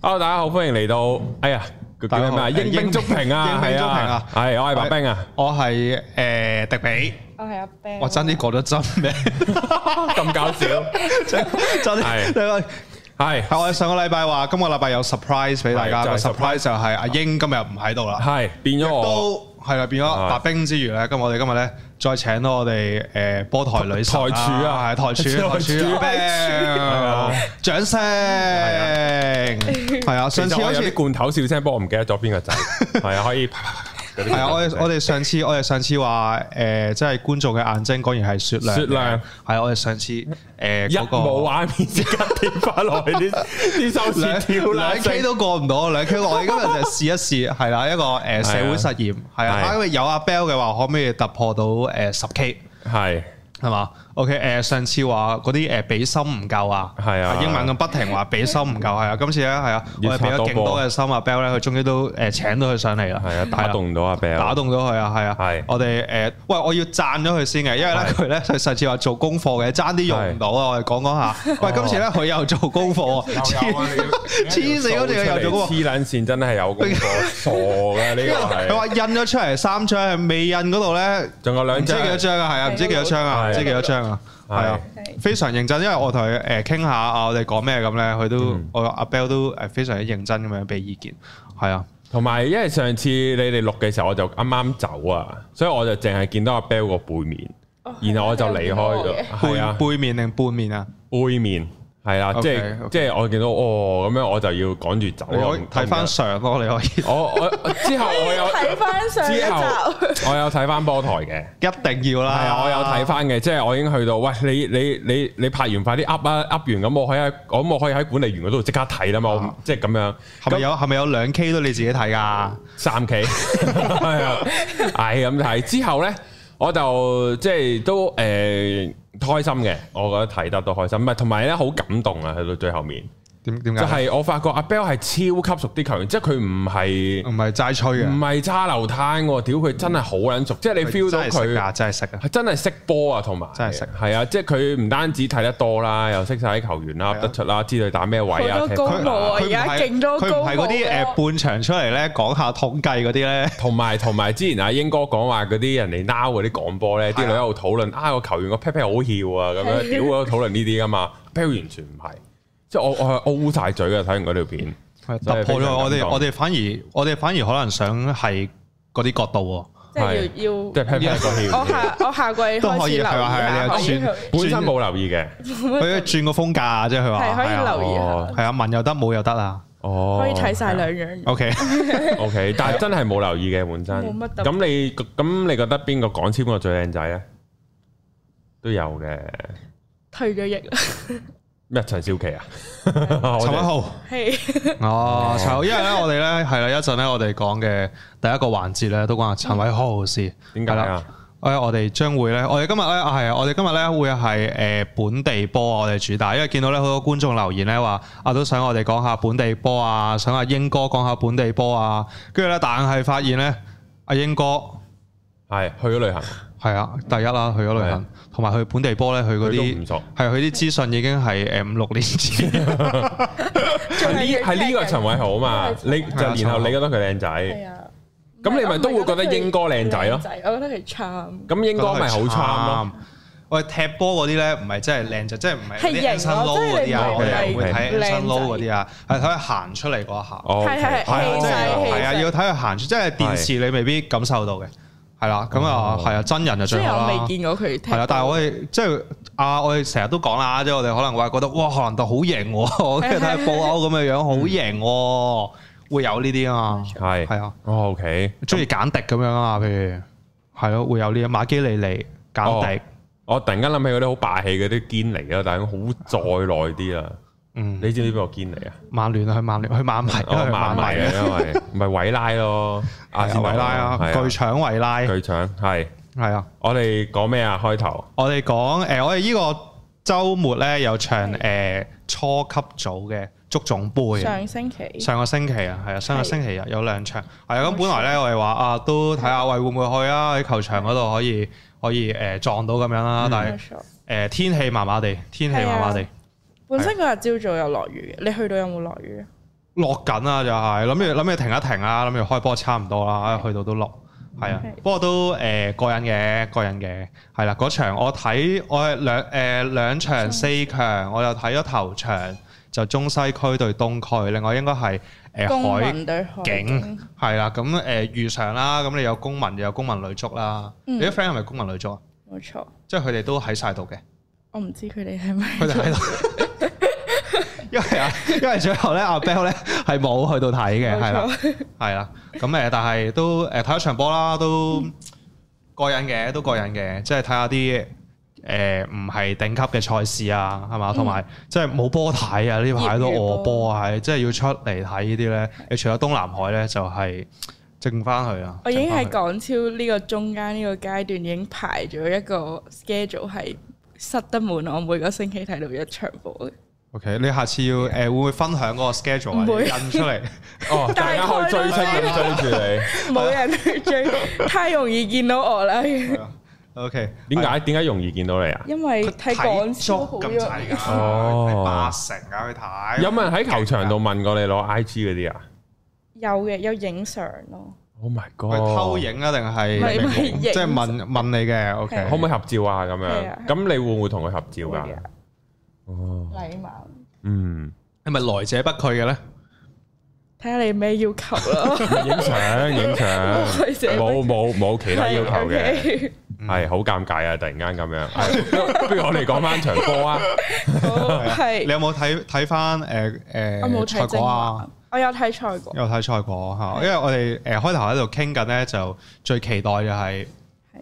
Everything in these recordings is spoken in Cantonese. Hello，大家好，歡迎嚟到，哎呀，佢叫咩名啊？大家好英兵足評啊，英兵係足評啊係我係白冰啊，我係誒迪比，我係阿 Ben，我真啲講咗真咩？咁搞笑，真真係係係係我哋上個禮拜話，今個禮拜有 surprise 俾大係家就係嘅 surprise à, 就係阿英今日唔喺度啦， 係變咗我都係啦變咗白冰之餘咧，咁我哋今日咧再請到我哋誒波台女神台柱啊係台柱台台柱柱啊阿 Ben，掌聲係啊！其上次實我好有似啲。罐頭笑聲，不過我唔記得咗邊個 仔，係啊，可以啪啪啪嗰啲係啊，我 聲哋我哋上次我哋上次話誒，即係觀眾嘅眼睛果然係雪亮嘅。雪亮係啊我哋上次誒一嗰個冇啊畫面即刻跌翻落 去啲啲收 兩視跳啦兩 K 都過唔到，兩 K 我哋今日就試一試係啦，一個誒社會實驗係係啊啊，因為有阿 Bell 嘅話，可唔可以突破到誒十 K 係係嘛？OK 誒，上次話嗰啲誒比心唔夠啊，係啊英文咁不停話比心唔夠係啊，今次咧係啊，要我哋俾刷多咗勁波多嘅心阿 Bell 咧，佢終於都誒請到佢上嚟啦，係啊，打動到阿 Bell，打動到佢啊，係啊，係我哋誒、呃喂，我要讚咗佢先嘅，因為咧係佢咧佢上次話做功課嘅，爭啲用唔到啊，我哋講講下。哦喂，今次咧佢又做功 課喎，黐黐死嗰條友又做功課。黐撚線，真係有功 課，傻嘅呢個佢係，話印咗出嚟三張，未印嗰度咧，仲有唔兩知張幾多張啊？係啊，唔知幾多張啊？係唔知幾多張啊？係啊係，非常認真，因為我同佢誒傾下啊，我哋講咩咁咧，佢都嗯我阿 Bell 都誒非常之認真咁樣俾意見，係啊，同埋，因為上次你哋錄嘅時候，我就啱啱走啊，所以我就淨係見到阿 Bell 個背面，然後我就離開咗，係啊背，背面定半面啊？背面係啦， OK，即係 OK 即係我見到哦，咁樣我就要趕住走啊你咯可以。睇翻相咯，你可以。我我我之 後我有睇翻上一之後集，我有睇翻波台嘅。一定要啦。係啊，我有睇翻嘅，即係我已經去到，喂，你你你你拍完快啲 up 啊，up 完咁我可以喺，咁我可以喺管理員嗰度即刻睇啦嘛，我唔即係咁樣，啊係咪咁有係咪有兩 K 都你自己睇噶？三期， 係啊，係咁睇。之後咧，我就即係都誒開心嘅，我覺得睇得都開心，唔係同埋咧好感動啊，去到最後面，點點就解？係我發覺阿 Bell 係超級熟啲球員，即係佢唔係唔係齋吹嘅？唔係揸流灘喎，屌佢真係好撚熟，即係你 feel 到嗯真係佢。識㗎，真係識啊！係真係識波啊，同埋真係識係啊，即係佢唔單止睇得多啦，又識晒啲球員啦，係啊得出啦，知道佢打咩位啊，好多踢高法冇啊啊佢唔係而家勁多佢唔係嗰高帽啲啊誒半場出嚟咧講下統計嗰啲咧，同埋同埋之前阿英哥講話嗰啲人哋 now 嗰啲講波咧，啲女喺度討論啊個球員個 pat pat 好翹啊咁係啊樣，屌喺度討論呢啲噶嘛 p a 完全唔係，即係我我係 O 晒嘴啊！睇完嗰條片，真突係破非常咗我感哋動我哋反而我哋反而可能想係嗰啲角 度即即係哦係 pat pat 個要要，我翹，下我下季都可開始以留意係啊係啊下，你可有以去轉本身冇留意嘅，喎，佢轉個風格啊，即係佢話係可以留意哦下，係啊，文又得武又得啊。 哦，可以睇晒兩樣。 OK， O K，但係真係冇留意嘅本身。啊冇乜特別咁你咁你覺得邊個港超嗰個最靚仔咧？都有嘅，退咗役 啦，咩陳少琪啊？ 陳陳偉豪。係哦，陳偉豪因為咧，我哋咧係啦，一陣咧，我哋講嘅第一個環節咧，都關陳偉豪事。點解係啊啦？誒，哎我哋將會咧，我哋今日咧啊，係啊，我哋今日咧會係誒本地波，啊我哋主打，因為見到咧好多觀眾留言咧話啊，都想我哋講下本地波啊，想阿英哥講下本地波啊，跟住咧，但係發現咧，阿英哥係去咗旅行，係啊，第一啦，去咗旅係啊行，同埋去本地波咧，佢嗰佢都啲唔熟。係佢啲資訊已經係誒五六 年前，係呢係呢個陳陳偉豪啊嘛，你係啊就然後你覺得佢靚仔，係啊，咁你咪都會覺得英哥靚仔咯唔係我唔係覺得佢靚仔我覺得佢 charm，咁英哥咪好慘咯。。我哋踢波嗰啲咧，唔係真係靚仔，即係唔係係型啲 Anson 咯 Lo 嗰啲啊，即我係哋你唔係會睇靚仔 Anson Lo 嗰啲啊，係睇佢行出嚟嗰一下。哦，係係係係氣即勢係氣係啊，勢要睇佢行出，即係電視你未必感受到嘅，係啦。咁啊哦，係啊，真人就雖最然好我啦未。見過佢踢波，係啦，但係我哋即係啊，我哋成日都講啦，即係我哋可能話覺得哇，韓國好型喎，跟住 睇下布歐咁嘅樣好型喎，會有呢啲啊嘛，係係啊，哦，OK，中意簡迪咁樣啊嘛，譬如係咯，會有呢啲馬基利尼、簡迪，我突然間諗起嗰啲好霸氣嗰啲堅尼啊，但係好再耐啲啦。嗯，你知唔知邊個堅尼啊？曼聯啊，去曼聯，去曼迷，去哦，曼曼迷啊，迷啊，因為唔係維拉咯，阿阿仙奴維拉啊，巨搶維拉，巨搶係。係啊。我哋講咩啊？開頭 我哋講誒，我哋呢個週末咧有場誒、初級組嘅足總杯啊，上星期上個星期啊，係啊，上個星期日有兩場，係啊，咁冇錯本來咧我哋話啊，都睇下喂會唔會去啊，喺球場嗰度可以可以誒、撞到咁樣啦，但係誒冇、錯天氣麻麻地，天氣麻麻地，本身嗰日朝早有落雨嘅，你去到有冇落雨啊？落緊啊，就係諗住諗住停一停啊，諗住開波差唔多啦，去到都落，係啊係，不過都誒過癮嘅，過癮嘅，係啦，嗰場我睇我係兩誒兩場四強，我又睇咗頭場，就中西區對東區，另外應該係誒公海。民對海景係啦，咁誒遇上啦，咁你有公民又有公民女足啦，嗯你啲 friend 係咪公民女足啊？冇錯。即係佢哋都喺晒度 嘅，我唔知佢哋係咪佢哋喺度。 因為啊，因為最後咧，阿 Bell 咧係冇去到睇嘅，係啦，冇錯，係啦。咁誒，但係都誒睇咗場波啦，都過癮嘅，都過癮嘅。即係睇下啲誒唔係頂級嘅賽事啊，係嘛？嗯同埋即係冇波睇啊，呢排都業餘波餓波啊，係即係要出嚟睇呢啲咧。你除咗東南海咧，就係剩翻佢啦。我已經剩返喺佢港超呢個中間呢個階段已經排咗一個 schedule 係塞得滿，我每個星期睇到一場 波嘅。 OK，你下次要誒、呃、會唔會分享嗰個 schedule 啊？唔會印出嚟，哦，大家可以追星大概都咁追住你。冇人去 追，太容易見到我啦。係啊 OK，點解點解容易見到你啊？因為睇港足超好咁咗，滯㗎，哦睇八成啊去睇。有冇人喺球場度問過你攞 I G 嗰啲啊有嘅有影相咯， ？Oh my 佢 god！偷，影啊？定係唔係唔係明目即影係問問你嘅係可唔可 OK？以合照啊？咁係樣啊咁你會唔會同佢合照會嘅㗎？哦，禮貌。嗯， 係咪來者不拒嘅咧？睇下你咩要 求咯，影相影相，來者不冇冇冇其他要求嘅。 嘅。係好尷尬啊！突然間咁樣，係不如我哋講翻場 波啊！好啊你係，有冇睇睇呃翻誒我誒冇睇賽精果啊華？，我有睇賽果，有睇賽果嚇，因為我哋誒開頭喺度傾緊咧，就最期待就係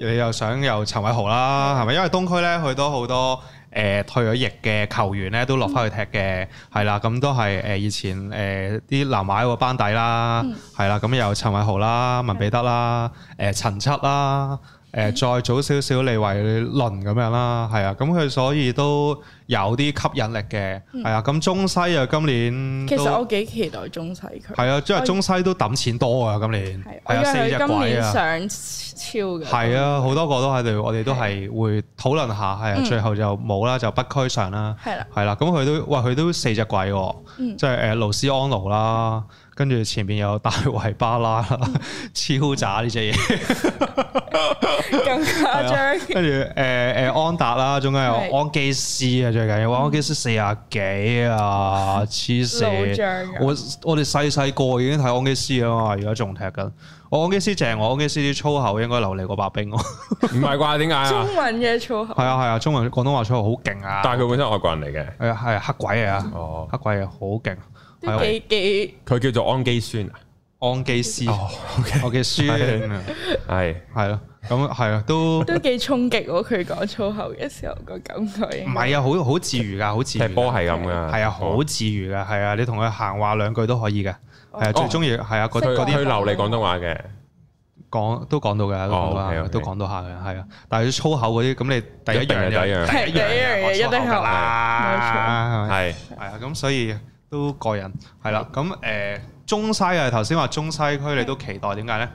你又想有陳偉豪啦，係咪？因為東區咧佢都好多誒、退咗役嘅球員咧都落翻去踢嗯嘅，係啦、咁都係誒、呃以前誒啲南馬個班底啦，嗯係啦、咁有陳偉豪啦、文彼得啦、誒、陳七啦。誒、嗯再早少少李維倫咁樣啦，係啊，咁佢所以都有啲吸引力嘅，係啊，咁中西又今年嗯其都實我幾期待中西區，係啊，因為中西都揼錢多啊，今年係我係啊，以為四隻佢今鬼年啊，上超嘅，係啊，好多個都喺度，我哋都係會討論下，係啊，啊嗯最後就冇啦，就北區上啦，係啦，係啦，咁佢都哇，佢都四隻鬼喎，嗯即係誒呃勞斯安奴啦，跟住前邊有大衛巴拉啦，嗯 超渣呢只嘢。更加張跟住誒誒安達啦，中間有係嗯安基斯啊，最緊要哇安基斯四啊幾啊，黐老將線啊！我我哋細細個已經睇安基斯啊嘛，而家仲踢緊。我安基斯正我安基斯啲粗口應該流利過白 冰喎。唔係啩？點解啊？中文嘅粗口係，啊係啊，中文廣東話粗口好勁啊！但係佢本身外國人嚟嘅。係啊係啊黑鬼啊，哦，黑鬼啊好勁。係都啊幾幾佢叫做氨基酸啊。安基 斯，哦，OK，我嘅書係啊係係咯，咁係啊都唔都幾衝擊喎！佢講粗口嘅時候個感覺應該，係啊，好好自如㗎，好自如踢㗎。波係咁噶。係啊，好自如嘅，係啊，你同佢閒話兩句都可以嘅，哦係啊，最中意係啊，佢嗰啲嗰佢啲佢流利廣東話嘅。講都講到哦嘅，都講到下 OK，OK 都講到下嘅，係啊，但係佢粗口嗰啲，咁你第一一定係樣就第一樣係第一樣嘢一定係係啦，係咪係係啊，咁所以都過癮，係啦，咁誒中西啊，頭先話中西區你都期待點解咧？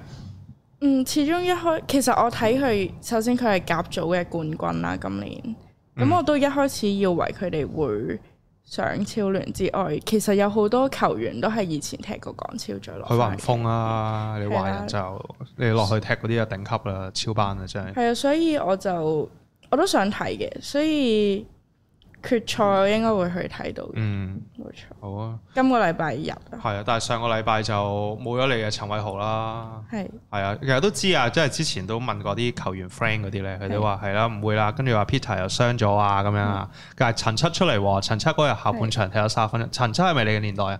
嗯，始終一開，其實我睇佢，首先佢係甲組嘅冠軍啦，今年。咁、嗯我都一開始以為佢哋會上超聯之外，其實有好多球員都係以前踢過港超再落佢話唔翻嚟。封啊，你壞人就你落去踢嗰啲就頂級啦，超班啊，真係。係啊，所以我就我都想睇嘅，所以決賽我應該會去睇到嘅，嗯，冇錯。好啊，今個禮拜日啊，係啊，但係上個禮拜就冇咗你啊嘅陳偉豪啦。係係啊，其實都知啊，即係之前都問過啲球員 friend 嗰啲咧，佢哋話係啦，唔會啦，跟住話 Peter 又傷咗啊咁樣啊，嗯但係陳七出嚟喎，陳七嗰日下半場踢咗三分鐘，陳七係咪你嘅年代啊？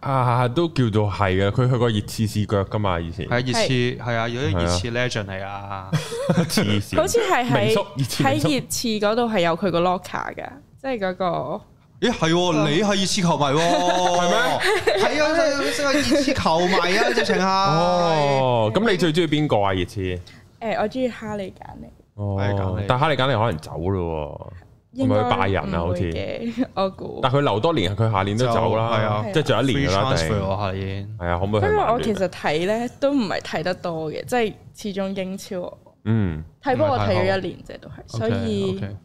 啊，都叫做係嘅。佢去過熱刺試腳噶嘛？以前係啊，熱刺係啊，有啲熱刺 legend 嚟 啊，黐線好似係明喺叔熱刺明叔喺熱刺嗰度係有佢個 locker 㗎，即係嗰個。咦係啊喎，你係熱刺球迷喎， 係咩？係啊，你識係熱刺球迷啊，直情啊，哦，咁你最中意邊個啊？熱刺誒、我中意哈利簡尼，哈利簡哦尼，但哈利簡尼可能走咯喎，應唔該係去拜仁啊？唔好會似，嘅， 我估。但佢留多年，佢下年都走就係啊啦，即係仲有一 free 年㗎啦，一定 transfer 喎下年，係啊，可唔可以不去過曼我其聯？實睇咧都唔係睇得多嘅，即係始終英超嗯，睇波我唔係睇太咗好一年啫，都係，所以 OK，OK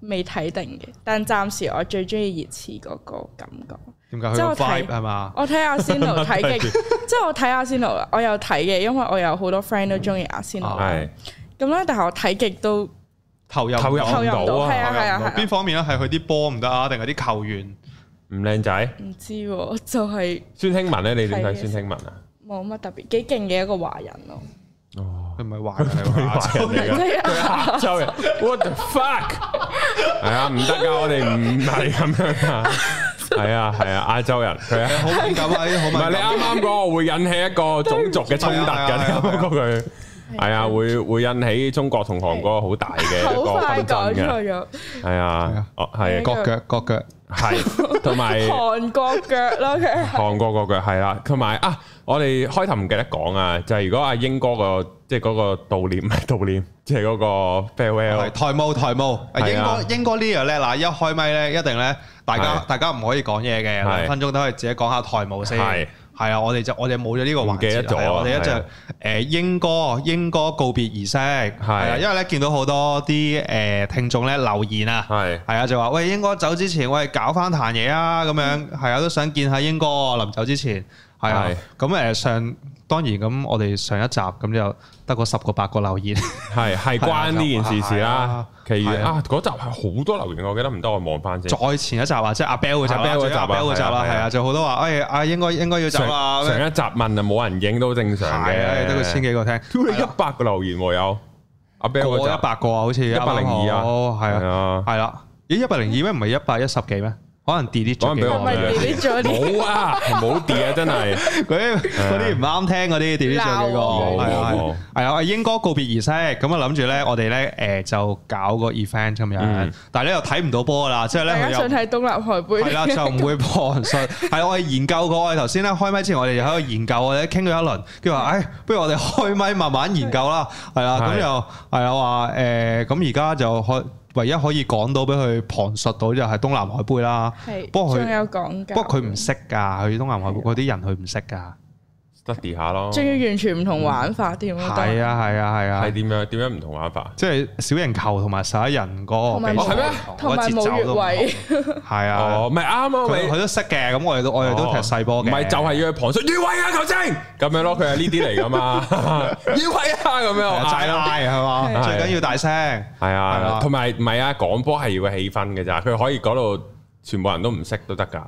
未睇定嘅，但暫時我最中意熱刺嗰個感覺。點解佢即係個我睇 vibe 係嘛？我睇 阿仙奴睇嘅，即係我睇阿仙奴啦，我有睇嘅，因為我有好多 friend 都中意阿仙奴。啊係咁咧，但係我睇極都投入投入投入唔到唔到，啊係啊係啊投入唔到邊係啊，方面咧？係佢啲波唔得啊，定係啲球員？唔靚仔。唔知喎，就係孫興文咧，你點睇係嘅孫興文啊？冇乜特別，幾勁嘅一個華人咯，哦，佢唔係華人嚟㗎，華人嚟即㗎係亞洲人，what the fuck？係啊，唔得噶，我哋唔係咁樣啊。係啊，係啊，亞洲人，係啊。好敏感啊！呢啲好唔係敏你感。啱啱講，我會引起一個種族嘅衝突係嘅，啊你係啊啱啱講句係啊，會會引起中國同韓國好大嘅一好個快紛爭講嘅，錯咗係啊啊，哦係國腳國腳，係，同埋韓國腳咯，佢係韓國嗰句係啦，同埋啊，我哋開頭唔記得講啊，就係如果阿英哥個即係嗰個悼念唔 係悼念，即係嗰個 farewell 係台務台務。啊係英啊哥英哥呢樣咧，嗱一開咪咧，一定咧，大家係大家唔可以講嘢嘅，兩分鐘都可以自己講下台務先。係係啊，我哋就我哋冇咗呢個環唔記得節咗啦，係啊我哋一係啊隻誒英哥英哥告別儀式係啊，因為咧見到好多啲誒聽眾咧留言啊。係係啊，就話喂，英哥走之前，喂搞翻壇嘢啊，咁樣係啊，都想見下英哥臨走之前，係啊嗯係，咁誒上當然咁，我哋上一集咁就得個十個八個 留言，係係關呢件事事係啦啊。其餘係啊啊嗰集係好多留言，我記得唔多，我望翻先。再前一集啊，即係阿 Bell 嗰集啦，阿 Bell 嗰集啊阿 Bell 嗰集啦，係啊係係啊啊，就好多話，誒阿英哥應該要走上啦，上一集問啊，冇人影都正常係嘅，啊，得個千幾個聽，屌你一百個留言喎有，阿 Bell 過嗰一集百個啊，好似一百零二啊哦，係係啊，啊，係啦，咦一百零二咩？唔係一百一十幾咩？可能 delete 可能咗幾俾個我係咪哋咁 delete 咗啲？冇啊，冇跌啊，真係嗰啲嗰啲唔啱聽嗰啲 delete 咗幾個，鬧我係冇冇啊係啊，英哥告別儀式咁啊，諗住咧我哋咧誒就搞個 event 咁嗯樣，但係咧又睇唔到波啦， 即係咧大佢家想又睇東南海杯？係啦，就唔會破人信。係我哋研究過，我哋頭先咧開麥之前，我哋喺度研究，我哋傾咗一輪，跟住話，誒，不如我哋開麥慢慢研究啦，係啦，係咁又係啊話誒，咁而家就可唯一可以講到俾佢旁述到就係東南海杯啦。係，不過佢仲有講㗎。不過佢唔識㗎，去東南海杯嗰啲人佢唔識㗎。 study 下咯，仲要完全唔同玩法添咯，都係啊係啊係係啊，點樣點樣唔同玩法？即係小型球同埋十一人嗰同個埋比冇賽同埋冇越位，係啊哦，，咪啱啊，咪哦佢佢都識嘅，咁我哋都我哋都踢細波嘅，唔係就係要去旁述，越位啊球證咁樣咯，佢係呢啲嚟噶 嘛，越位啊咁樣，齋嗌咯，拉係係啊嘛，最緊要大聲，係係啊，啦同埋唔係啊，講波係要氣氛嘅咋，佢可以講到全部人都唔識都得噶。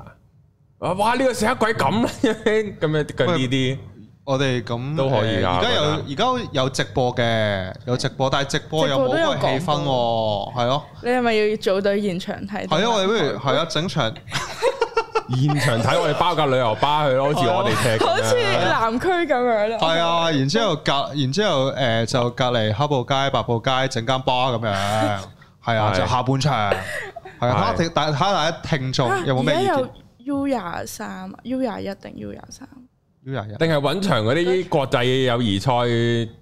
啊！哇！呢個死黑鬼咁咁樣佢呢啲我哋咁都啊可以㗎誒而家我有而家有直播嘅，有直播，但係直播又冇嗰個氣氛喎，係咯，你係咪要組隊現場睇？係啊，我哋不如係啊，整場現場睇我哋包架旅遊巴去咯，好似我哋踢咁樣好似南區咁樣咯。係啊，然之後隔，然之後誒就隔離黑布街、白布街整間巴咁樣，係啊，係就下半場，係係啊，睇下聽大睇下大家聽眾有冇咩啊而意家見有 U 廿三，U 廿一定 U 廿三。 ？U 廿一定係揾場嗰啲國際友誼賽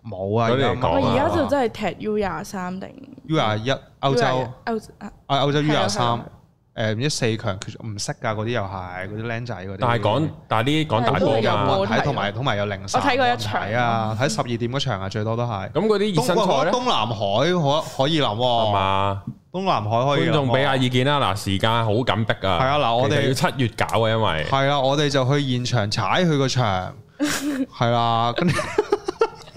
冇啊，我哋而嚟家講我啊而家就真係踢 U 廿三定 U 廿一歐洲歐啊啊，歐洲 U 係啊廿係三啊誒唔知四強決唔識㗎嗰啲又係嗰啲僆仔嗰啲，但係講，但係呢啲講大都波有有嘛，冇睇睇，同埋同埋有零散我睇過一場睇啊，睇十二點嗰場啊，最多都係。咁嗰啲熱東身賽哇咧東南海可可以諗係喎，嘛？東南海可以諗觀喎。眾俾下意見啦，嗱時間好緊迫啊，啊係啊嗱我哋其實要七月搞啊，因為係啦，我哋就去現場踩佢個 場，係啦，跟住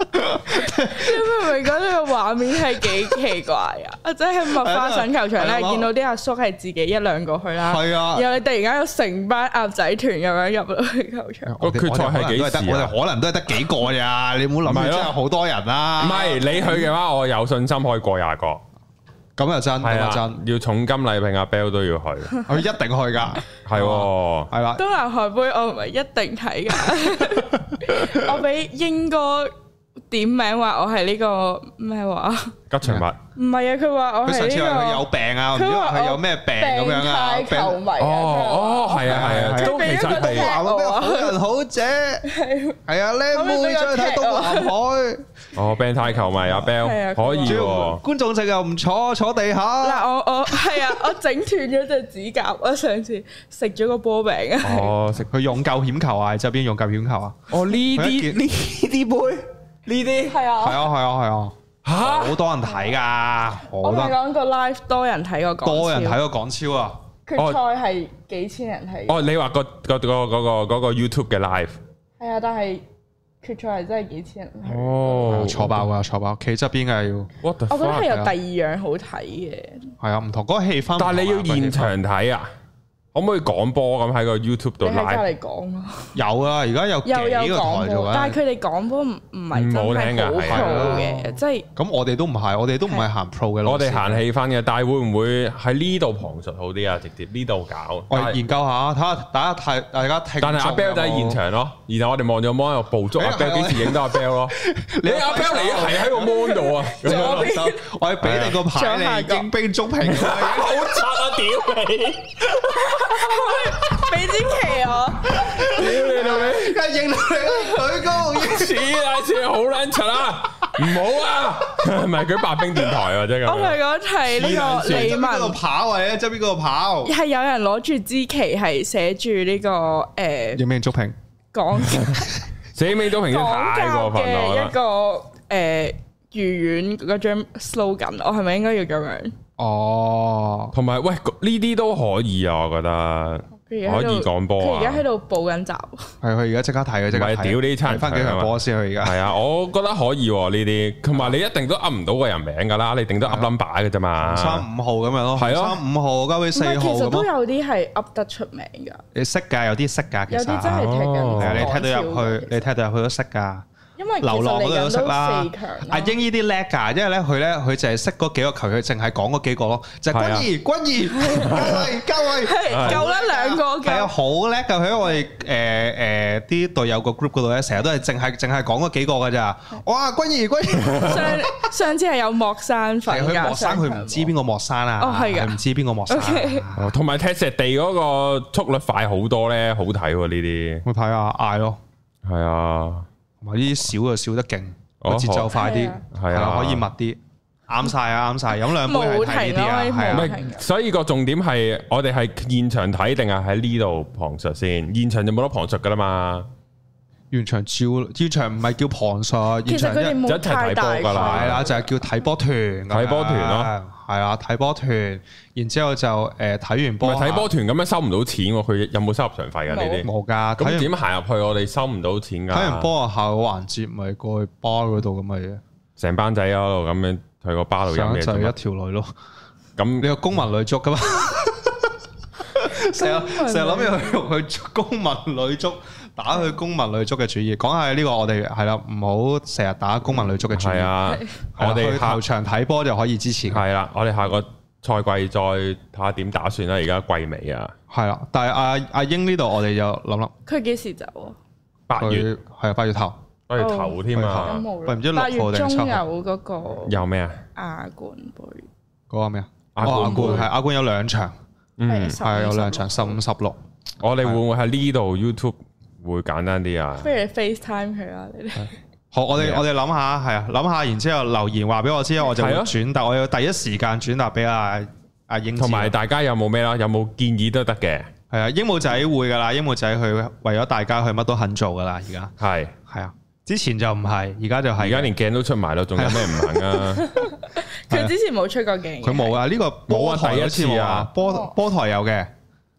你明唔明嗰呢個畫面係幾奇怪啊？ 啊即係麥花臣球場咧，係啊見到啲阿叔係自己一兩個去啦，係啊然後你突然間有成班鴨仔團咁樣入到去球場，個決賽係幾時啊我哋可能都係得幾個咋，你唔好唔係諗咯住真係好多人唔啦。係你去嘅話，我有信心可以過廿個，咁又真，係咁又啊真，，要重金禮聘阿 Bell 都要 去，佢一定去㗎，係喎係啦。東南海杯我唔係一定睇噶， 我俾英哥點名話我係呢個咩話？吉祥物。唔係啊，佢話我佢係上次話佢呢有病啊，唔知佢話話佢我有咩病咁樣啊，個病態球病迷啊。哦哦，係啊係啊，係啊都其俾一個實踢係話咩好人好姐，係啊，靚妹想去睇啊東南海，哦，病態球迷阿係啊 Bell 佢話可以主要喎，觀眾席又唔坐，坐地下。嗱，我我係啊，我整斷咗隻指甲，我上次食咗個波餅啊。哦食佢用救險球啊，周邊用救險球啊，哦呢佢啲一件呢啲杯呢啲係係啊，啊係啊係啊，吓好多人睇㗎，我好咪多講個 live 多人睇過港多人超睇過港超啊！決賽係幾千人睇，哦，你話個個個嗰個嗰個 YouTube 嘅 live 係啊，但係決賽係真係幾千人睇。哦坐爆㗎，坐爆，企側邊嘅要，what the 我覺得係 fuck？有第二樣好睇嘅，係啊，唔同嗰個氣氛唔同啊。但係你要現嗰個氣氛場睇啊？可唔可以講波咁喺個 YouTube 你度喺隔 live？離講咯，有啊，而家有又幾有個講台做啊波，但係緊。佢哋講波唔唔係啊唔真好聽係㗎好係啊 pro 嘅，即係咁我哋都唔係，我哋都唔係行 pro 嘅路線我哋行氣氛嘅，但係會唔會喺呢度旁述好啲啊？直接呢度搞，我但哋係研究下，睇下大家睇，大家聽眾但有冇。係阿 Bell 就喺現場咯，然後我哋望咗 mon 又捕捉哎阿呀 Bell 係啊幾時影到阿 Bell 咯？ 你阿 Bell 嚟係喺個 mon 度啊？咁樣落手，我哋俾你個係啊牌你，應兵足 平。好柒啊！屌你！俾支 旗我，啊屌你老味！梗係影到你舉高，似啊似好撚柒啊！唔好啊！唔係佢白冰電台啊，真係咁我樣。咪講哦係呢個側李邊嗰度文。跑啊，你喺側邊嗰度跑，係有人攞住支旗，係寫住呢個 誒影兵足平。港死尾都平真港太過教分啦！我嘅覺一得個誒御苑嗰張 slogan，我係咪應該要咁樣？哦，同埋喂，呢啲都可以啊，我覺得。佢而家喺度可以講波佢啊而家喺度補緊習，係佢而家即刻睇嘅，即刻唔係睇。屌呢餐睇翻幾場波先，佢而家。係啊，我覺得可以喎呢啲，同埋你一定都噏唔到個人名㗎啦，你頂多啊噏 number 嘅啫嘛。三五號咁樣咯，啊係啊三五號交俾唔四號係其實咁都咯。有啲係噏得出名㗎，你識㗎，有啲識㗎，其有實。啲真係踢緊哦係啊，你踢到港超入去，嘅你踢到入去都識㗎。因為其流浪嗰實嚟度緊都都識啦四強啊啦，阿 英呢啲叻㗎，因為咧佢咧佢淨係識嗰幾個球，佢淨係講嗰幾個咯，就係啊係君怡、君 怡、嘉慧、嘉慧，係夠啦兩個係啊，㗎，好叻㗎！佢喺我哋誒誒啲隊友個 group 嗰度咧，成日都係淨係淨係講嗰幾個㗎咋。哦哇，君怡君怡， 上上次係有莫山啊係啊粉佢㗎，莫生，佢唔知邊個莫生啊？哦係㗎佢唔知邊個莫 生啊。 OK 哦同埋踢石地嗰個速率快好多咧，好睇喎呢我睇下嗌咯，啲。係啊，同埋呢啲少就少得勁，個哦節奏快啲係係啊，啊可以密啲，啱晒啊，啱晒。飲兩杯係睇呢啲啊，冇停咯唔係啊冇。係，所以個重點係我哋係現場睇定係喺呢度旁述先？現場就冇得旁述㗎啦嘛。現場照，現場唔係叫旁述，現其實場佢哋一就冇一齊太睇大波㗎啦係啦，就係叫睇波團咁樣。睇波團咯係啊，睇波團，然之後就誒睇完唔波係睇波團咁樣收唔到錢喎，佢有冇收入場費㗎呢啲？冇㗎，睇咁完點啊行入去？我哋收唔到錢㗎。睇完波啊，下個環節咪過去巴嗰度咁嘅嘢，成班仔喺度咁樣去個巴度飲上一嘢啫就一嘛。條女咯。咁你個公民女足 噶嘛？成日成日諗住用去公民女足打去公民女足嘅主意。講下呢個我哋係啦，唔好成日打公民女足嘅主意。係啊，我係啦，哋去下球場睇波就可以支持佢。係啦，我哋下個賽季再睇下點打算啦。而家季尾啊，係啦，但係阿阿英呢度我哋就諗諗，佢幾時走啊？八月佢係啊八月頭，都要頭添有啊。冇喂唔知六八號月定係中七號有嗰個有咩啊？亞冠杯，嗰個咩啊？亞哦冠亞冠杯係亞冠有兩場，嗯，係有兩場場十五十六。我哋會唔會喺呢度 YouTube 會簡單啲啊不？如你 FaceTime 佢啦，你哋好，我咩啊哋我哋諗下，係啊，諗下，然之後留言話俾我知，我就會係啊咯轉達，我要第一時間轉達俾阿阿英知。啊同埋大家有冇咩啦？有冇建議都得嘅，係啊，鸚鵡仔會噶啦，鸚鵡仔佢為咗大家，佢乜都肯做噶啦，而家係係啊，之前就唔係，而家就係，而家連鏡都出埋咯，仲有咩唔肯 啊？佢之前冇出過鏡嘅，啊佢冇啊，呢個波台冇啊好似冇第一次啊波波台有嘅，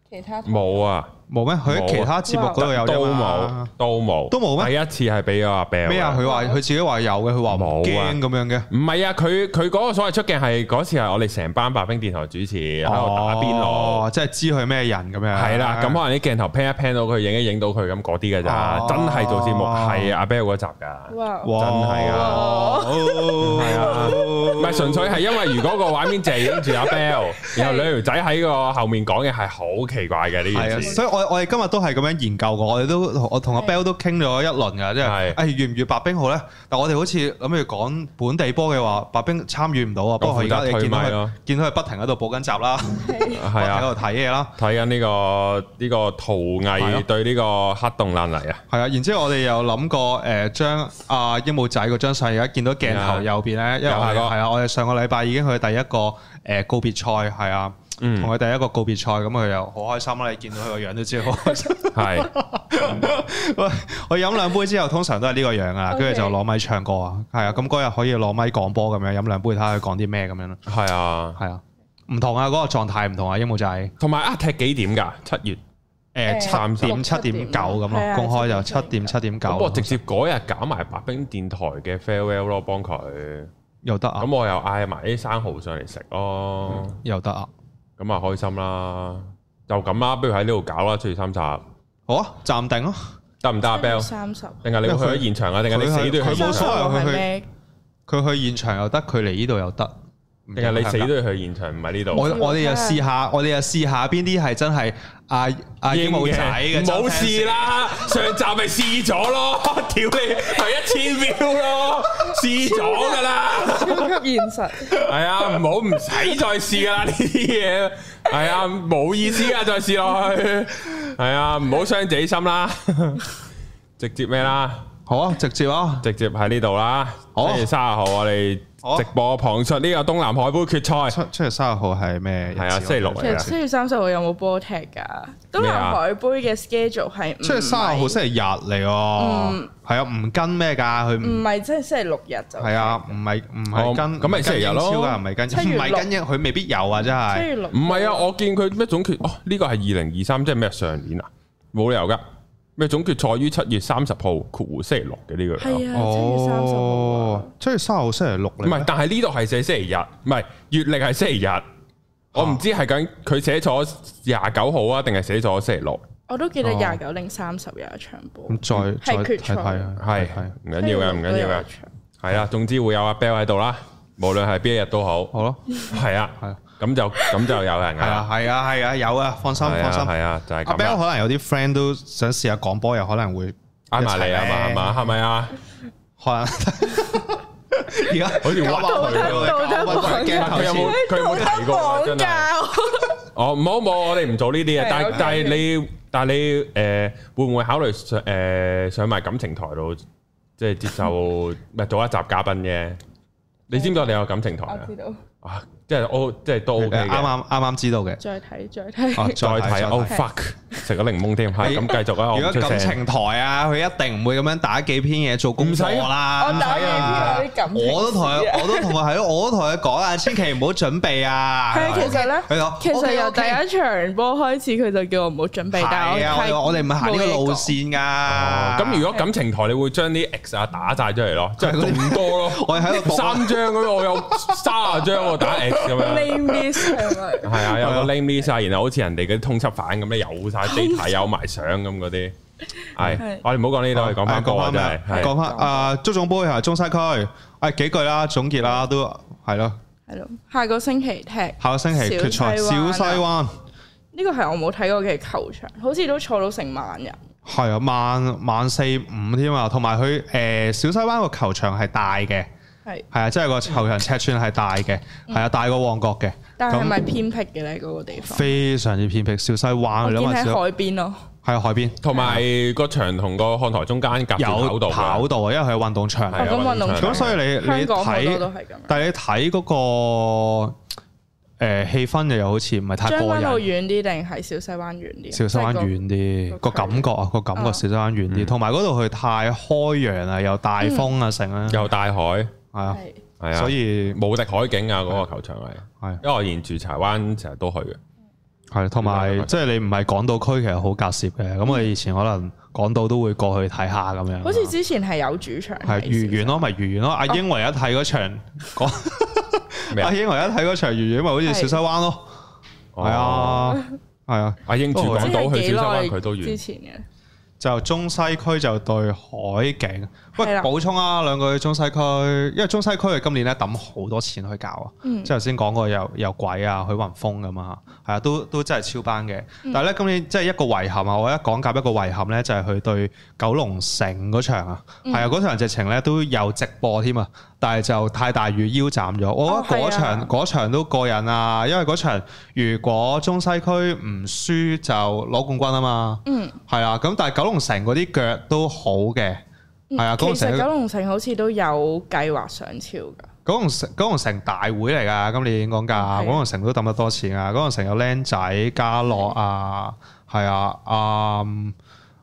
其他冇啊，冇咩？佢冇啊喺其他節目嗰度有都啫冇嘛，都冇，都冇咩第一次係俾咗阿 Bell 咩啊？佢話佢自己話有嘅，佢話唔冇啊驚咁樣嘅，唔係啊，佢佢嗰個所謂出鏡係嗰次係我哋成班白冰電台主持喺度打邊爐，哦，即係知佢咩人咁樣。係啦，咁可能啲鏡頭 pan 一 pan 到佢，影一影到佢咁嗰啲嘅咋，哦真係做節目係阿 Bell 嗰集㗎，哇，哦哇真係啊係啊，唔係純粹係因為如果個畫面就係影住阿 Bell，然後兩條仔喺個後面講嘅係好奇怪嘅呢係啊，件事，所以我我哋今日都係咁樣研究過，我哋都我同阿係 Bell 都傾咗一輪㗎，即係係誒越唔越白冰好咧？但我哋好似諗住講本地波嘅話，白冰參與唔到啊。不過佢而家我負責你推見到咪佢咯見到佢不停喺度補緊習啦，係不停啊， 喺度睇嘢啦，睇緊呢個呢個陶係藝咯對呢個黑洞爛泥啊，係啊。然之後我哋又諗過誒將阿鸚鵡仔嗰張相，而家見到鏡頭係啊右邊咧，右因為下我哋角係啊，我哋上個禮拜已經去第一個誒告別賽係啊，嗯同佢第一個告別賽咁，佢又好開心啦。你見到佢個樣都知好開心。係我 我飲兩杯之後，通常都係呢個樣啊，跟住就 OK 攞咪唱歌啊，係啊，咁嗰日可以攞咪講波咁樣，飲兩杯睇下佢講啲咩咁樣咯，係啊，係啊，唔同啊，嗰、個狀態唔同啊，鸚鵡仔，同埋啊踢幾點㗎？七月誒誒七點七點九咁係咯，啊公開就七7.9點七點咁我直九接嗰日搞埋白冰電台嘅 farewell 咯，幫佢。又得啊咁，我又嗌埋啲生蠔上嚟食咯，又得啊，咁啊開心啦。就咁啦，不如喺呢度搞啦，七月三十好啊，暫定咯，得唔得啊？Bell，三十，定係你會去咗現場啊？定係你死都要去佢現冇所場？謂佢係去咩？佢去現場又得，佢嚟呢度又得，唔定係你得死都要去現場？唔係呢我度。我哋又試下，我哋又試下邊啲係真係阿阿鸚鵡仔嘅，冇事。啦，上集咪試咗咯， 屌你係一千秒咯，試咗㗎啦。超級現實，係啊，唔好唔使再試㗎啦呢啲嘢，係啊，冇意思啊，再試落去，係啊，唔好傷自己心啦， 直接咩啦，好啊，直接啊，直接喺呢度啦，好七月三十號我哋好直播旁述呢個東南海杯決賽，七七月三十號係咩日子？係啊，星期六其嚟實㗎，七月三十號有冇波踢㗎？東南海杯嘅 schedule 係唔七月啊三十號星期日嚟喎嗯，係啊，唔跟咩㗎？佢唔唔係即係星期六日就係啊，唔係唔係哦跟咁咪唔係跟星期日咯英超㗎唔係跟七唔月係跟英，佢未必有啊，真七係月六唔係啊，我見佢咩總決，哦呢個係二零二三，即係咩上年啊，冇理由㗎，咩總決賽於七月三十號括弧星期六嘅呢個係啊，七。月三十號啊哦，七月三十號星期六嚟唔咩，係，但係呢度係寫星期日，唔係月曆係星期日。我唔知係緊佢寫咗廿九號啊，定係寫咗星期六？我都記得哦廿九零三十有一場波，啊咁再再係睇決賽睇啊係睇睇唔緊要嘅，唔緊要嘅。係啦，總之會有阿 Bell 喺度啦，無論係邊一日都好。好咯，係啊係啊，咁就咁就有人係啊啦。係啊係啊有啊，放心係啊，放心。係啊，就係阿咁啦。Bell 可能有啲 friend 都想試下講波，又可能會哎啱埋你啊嘛，係嘛，係咪啊？可能 而家好似 哦搞屈屈佢啊喎佢道德道鏡頭德佢有冇先佢有冇提過啊真係哦，唔好冇，我哋唔做呢啲嘢。係但係 OK，但係你但係你誒會唔會考慮上誒上埋感情台度，即係接 受咪做一集嘉賓嘅？你知唔知我哋有感情台我啊知？道，啊，即係 O 即係都 OK 誒嘅。啱啱啱啱知道嘅。再睇再哦睇，再睇再 Oh fuck，食咗檸檬添，係咁繼續啊！我如唔果出感聲。情台啊，佢一定唔會咁樣打幾篇嘢做功課啦。唔 à. 使啊我打幾篇有啲感情事啊我都同佢，我都同佢係咯，我都同佢講啊，千祈唔好準備啊。係啊，其實咧佢講，其實 OK，OK 由第一場波開始，佢就叫我唔好準備，但係啊，係我我哋唔係行呢個路線哦噶。咁如果感情台，你會將啲 X 啊打晒出嚟咯， 即係咁多咯。我哋喺度讀啊三張咁，我有三十張我打 X 咁樣。 name list 係咪？係啊，有個 name list 啊然後好似人哋嗰啲通緝犯咁咧，有晒地題，有埋相咁嗰啲。係係，我哋唔好講呢度，我哋講翻係個啊，講真咩係。講翻啊，足總杯係中西區，誒幾句啦，總結啦，都係咯。係咯，下個星期踢呢下個星期決賽，小西小灣啊西灣個係我冇睇過嘅球場，好似都坐到成萬人，係啊，萬萬四五添啊，同埋佢誒小西灣個球場係大嘅，係，係啊，即係個球場尺寸係大嘅，嗯係啊，大過旺角嘅，但係咁咪偏僻嘅咧？嗰個地方，非常之偏僻。小西灣啊我你見諗喺下小，海邊咯，係啊海邊同埋個場同個看台中間夾住有跑道㗎，跑道啊，因為佢係運動場係嚟啊哦咁運動咁場所以你你香港好多都睇，係咁樣。但係你睇嗰個誒氣氛又好似唔係太將過軍澳癮。遠啲定係小西灣遠啲？啊小西灣遠啲，個個感覺啊，個感覺啊小西灣遠嗯啲，同埋嗰度佢太開揚啦，又大風啊，成啦，有大海，係係啊。係啊，所以無敵海景啊，嗰個球場係，係因為我以前住柴灣成日都去嘅，係，同埋即係你唔係港島區，其實好隔涉嘅。咁嗯我哋以前可能港島都會過去睇下咁樣。好似之前係有主場嘅，係愉園咯，咪愉園咯。阿英唯一睇嗰場，講 咩啊阿英唯一睇嗰場愉園咪好似小西灣咯。係哦，啊，係啊，阿英住哦港即島係去幾小耐西灣佢都之遠，前嘅，就中西區就對海景。喂係，啦補充啊兩句中西區，因為中西區今年咧抌好多錢去搞啊。嗯即係頭先講過有有鬼啊、許雲峰咁啊，係啊，都都真係超班嘅。嗯但係咧，今年即係一個遺憾啊！我一講夾一個遺憾咧，就係佢對九龍城嗰場啊，嗯係啊，嗰場直情咧都有直播添啊，但係就太大雨腰斬咗。我覺得哦係嗰啊場嗰場都過癮啊，因為嗰場如果中西區唔輸就攞冠軍啊嘛，嗯，係啊。咁但係九龍城嗰啲腳都好嘅，係啊，九龍嗯其城實九龍城好似都有計劃上超㗎，九龍城九龍城大會嚟㗎，今年講價，哦係啊九龍城都抌得多錢啊！九龍城有嗯僆仔、家樂啊，係啊，啊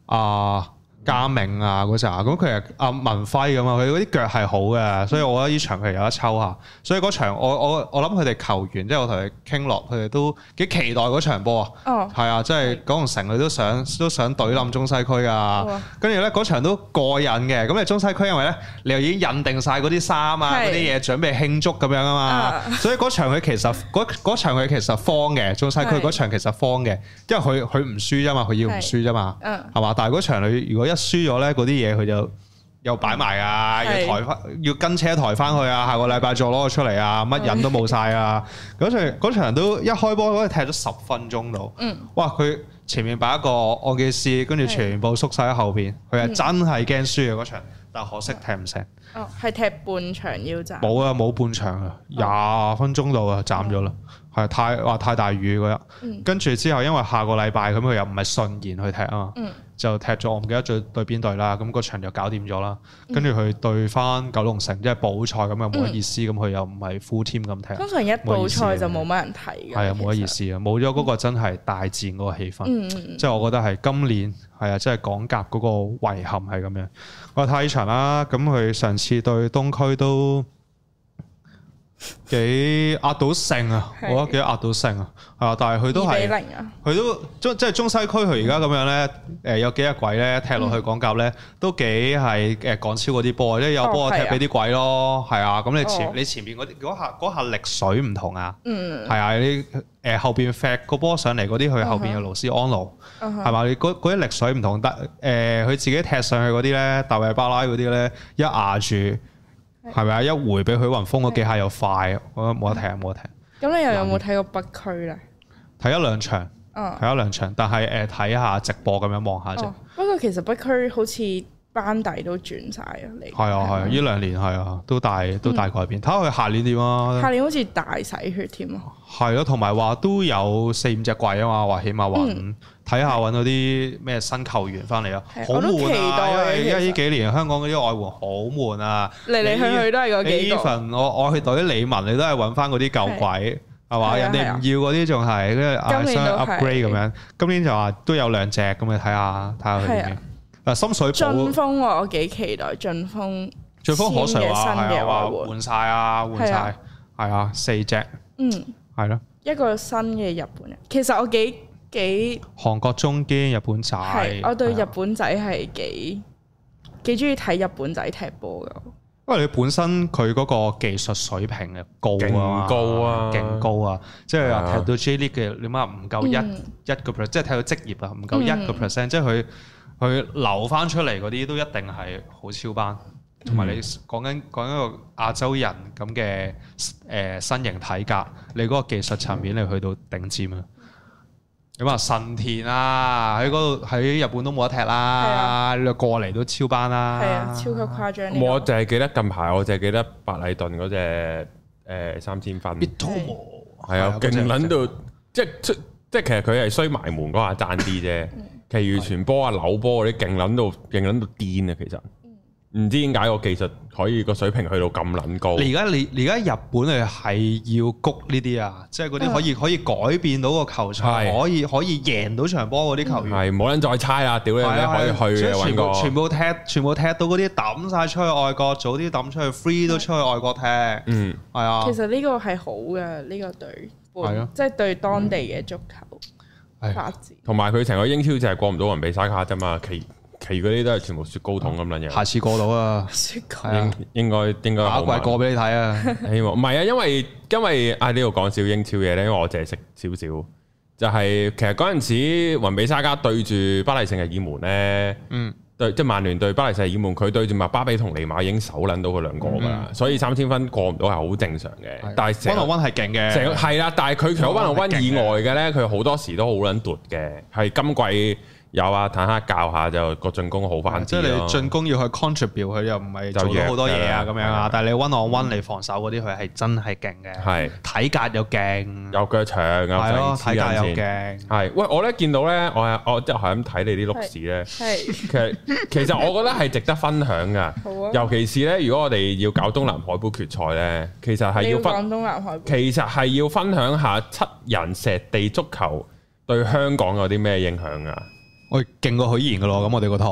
啊嘉明啊嗰扎，咁佢係阿文輝咁啊，佢嗰啲腳係好嘅，所以我覺得呢場佢有得抽下。所以嗰場我我我諗佢哋球員，即係我同佢傾落，佢哋都幾期待嗰場波啊。哦，係啊，即係九龍城佢都想都想懟冧中西區啊。哇跟住咧嗰場都過癮嘅，咁你中西區因為咧你又已經印定晒嗰啲衫啊係嗰啲嘢準備慶祝咁樣啊嘛，啊所以嗰場佢其實嗰嗰場佢其實慌嘅，中西區係嗰場其實慌嘅，因為佢佢唔輸啫嘛，佢要唔係輸啫嘛，嗯，係嘛？但係嗰場你如果一輸咗咧，嗰啲嘢佢就又擺埋啊，要係抬翻，要跟車抬翻去啊，下個禮拜再攞佢出嚟啊，乜人都冇晒啊！嗰場嗰場都一開波嗰陣踢咗十分鐘度，嗯，哇！佢前面擺一個按記師，跟住係嗯全部縮晒喺後邊，佢係真係驚輸嘅啊嗰場，但可惜踢唔成，哦，係踢半場腰斬，冇啊冇半場哦啊，廿分鐘度啊斬咗啦，係太哇太大雨嗰日。嗯跟住之後，因為下個禮拜咁佢又唔係順延去踢啊嘛，嗯就踢咗我唔記得咗對邊隊啦，咁、個場就搞掂咗啦。嗯跟住佢對翻九龍城，即係補賽咁又冇乜意思，咁佢、又唔係 full team 咁踢，通常一冇到意思賽嘅就冇乜人睇嘅，係啊冇乜意其實，思啊，冇咗嗰個真係大戰嗰個氣氛。嗯嗯即係我覺得係今年係啊，即係港甲嗰個遺憾係咁樣。我睇呢場啦，咁佢上次對東區都幾壓到勝啊，係我覺得幾壓到勝啊，係啊，但係佢嗯，都二比係。零啊，佢都中即係中西區，佢而家咁樣咧，誒、有幾隻鬼咧踢嗯落去港甲咧，都幾係誒港超嗰啲波，即係有波哦就踢係啊俾啲鬼咯，係啊，咁你前、哦你前面嗰啲嗰下嗰下力水唔同啊，嗯，係啊，你誒後邊踢個波上嚟嗰啲，佢後邊有勞斯安奴，嗯哼係嘛？你嗰嗰啲力水唔同，得誒佢自己踢上去嗰啲咧，大衛巴拉嗰啲咧，一壓住係咪啊？一回俾許雲峰嗰幾下又快，我覺得冇得踢，冇得踢，咁你又有冇睇過北區咧？睇一兩場。嗯，睇一兩場，但係誒呃睇下直播咁樣望下啫哦。，不過其實北區好似班底都轉晒啊，你係啊係啊，呢兩年係啊，都大都大改變。睇下佢下年點啊下，年好似大洗血添啊，係咯，同埋話都有四五隻季啊嘛，話起碼揾睇下揾嗰啲咩新球員翻嚟啊，嗯係好我都悶期待啊！啊因為因為其實呢幾年香港嗰啲外援好悶啊，嚟嚟去去都係嗰幾你個， even 我我去隊李文，你都係揾翻嗰啲舊鬼係嘛？係人啊哋唔要嗰啲仲係，跟住啊今想年都係 upgrade 咁樣。今年就話都有兩隻咁，你睇下睇下佢係點啊。嗱，深水進埗。鋒喎我幾期待進鋒，最風可水話新嘅係啊，外話援換晒啊，換係晒啊係啊，四隻嗯，係咯，一個新嘅日本人，其實我幾幾韓國中堅、日本仔係，，我對係日啊，本仔係幾幾中意睇日本仔踢波噶，因為你本身佢嗰個技術水平嘅高啊嘛，勁高啊勁高啊，即係係啊話踢到 J League 嘅，你媽唔夠一嗯一個 percent，即係踢到職業啊，唔夠一個 percent，即係佢佢留翻出嚟嗰啲都一定係好超班。同埋嗯你講緊講緊個亞洲人咁嘅誒身形體格，你嗰個技術層面你去到頂尖啊！咁啊，神田啊，喺嗰度喺日本都冇得踢係啦，啊你過嚟都超班啦，係啊，超級誇張呢個。我就係記得近排，我就係記得白禮頓嗰只誒三千分，必都冇，嗯係啊，勁撚到，即係出即係其實佢係衰埋門嗰下爭啲啫，嗯其餘傳波啊、扭波嗰啲勁撚到勁撚到癲啊！其實嗯唔知點解個技術可以個水平去到咁撚高，你而家你你而家日本你係要谷呢啲啊，即係嗰啲可以可以改變到個球場，係可以可以贏到場波嗰啲球員。係冇撚再猜啦，屌你係啊咩可以去所嘅以全揾部個全部踢全部踢到嗰啲抌晒出去外國，早啲抌出去 free 都出去外國踢，係嗯。啊其。實呢個係好嘅，呢、個對本係啊即係對當地嘅足球係發展。同埋佢成個英超就係過唔到雲比沙卡啫嘛，其其餘嗰啲都係全部雪糕筒咁撚下樣。次過到啊，雪係啊糕，應應該應該下好一季慢過俾你睇啊。希望唔係啊，因為因為啊呢度講少英超嘢咧，因為我淨係識少少，就係、其實嗰陣時雲比沙加對住巴黎聖日耳門咧，嗯，對即係曼聯對巴黎聖日耳門，佢對住麥巴比同尼馬已經手撚到佢兩個㗎啦，所以三千分過唔到係好正常嘅。 但係成温個羅嗯温係勁成個嘅，係啦，但係佢除咗 one on one 以外嘅咧，佢好多時都好撚奪嘅。係今季有啊，坦克教下就個進攻好翻即啲係咯你進攻要去 contribute，佢又唔係就做到好多弱嘢㗎啦啊咁樣係啊啊。但係你温羅温你防守嗰啲，佢係真係勁嘅，係體格又勁，有腳長係啊，咯，成體日格黐又撚線勁，係喂，我咧見到咧，我係我即係咁睇你啲碌屎咧。 係其實其實我覺得係值得分享噶好啊，尤其是咧，如果我哋要搞東南海杯決賽咧，其實係你要要分，講東南海杯，其實係要分享下七人石地足球對香港有啲咩影響啊？我勁過許賢噶咯，咁我哋個台。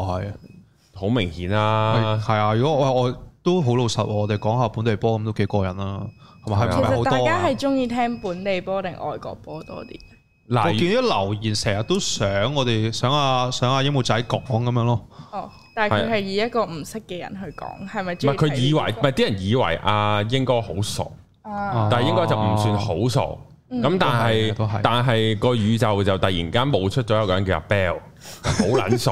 好明顯啦。啊係啊，如果我我都好老實喎，我哋講下本地波咁都幾過癮啦，係咪？係係啊其咪好實大多家啊係？中意聽本地波定外國波多啲？我嗱，見啲留言成日都想我哋想阿想阿櫻木仔講咁樣咯，哦，但係係佢啊係以一個唔識嘅人去講，係咪唔係中意睇呢個？佢以為，唔係啲人以為阿英哥好傻，啊，但係應該就唔算好傻。咁但係哦都係都係但係個宇宙就突然間冒出咗一個人叫阿 Bell，好撚 傻，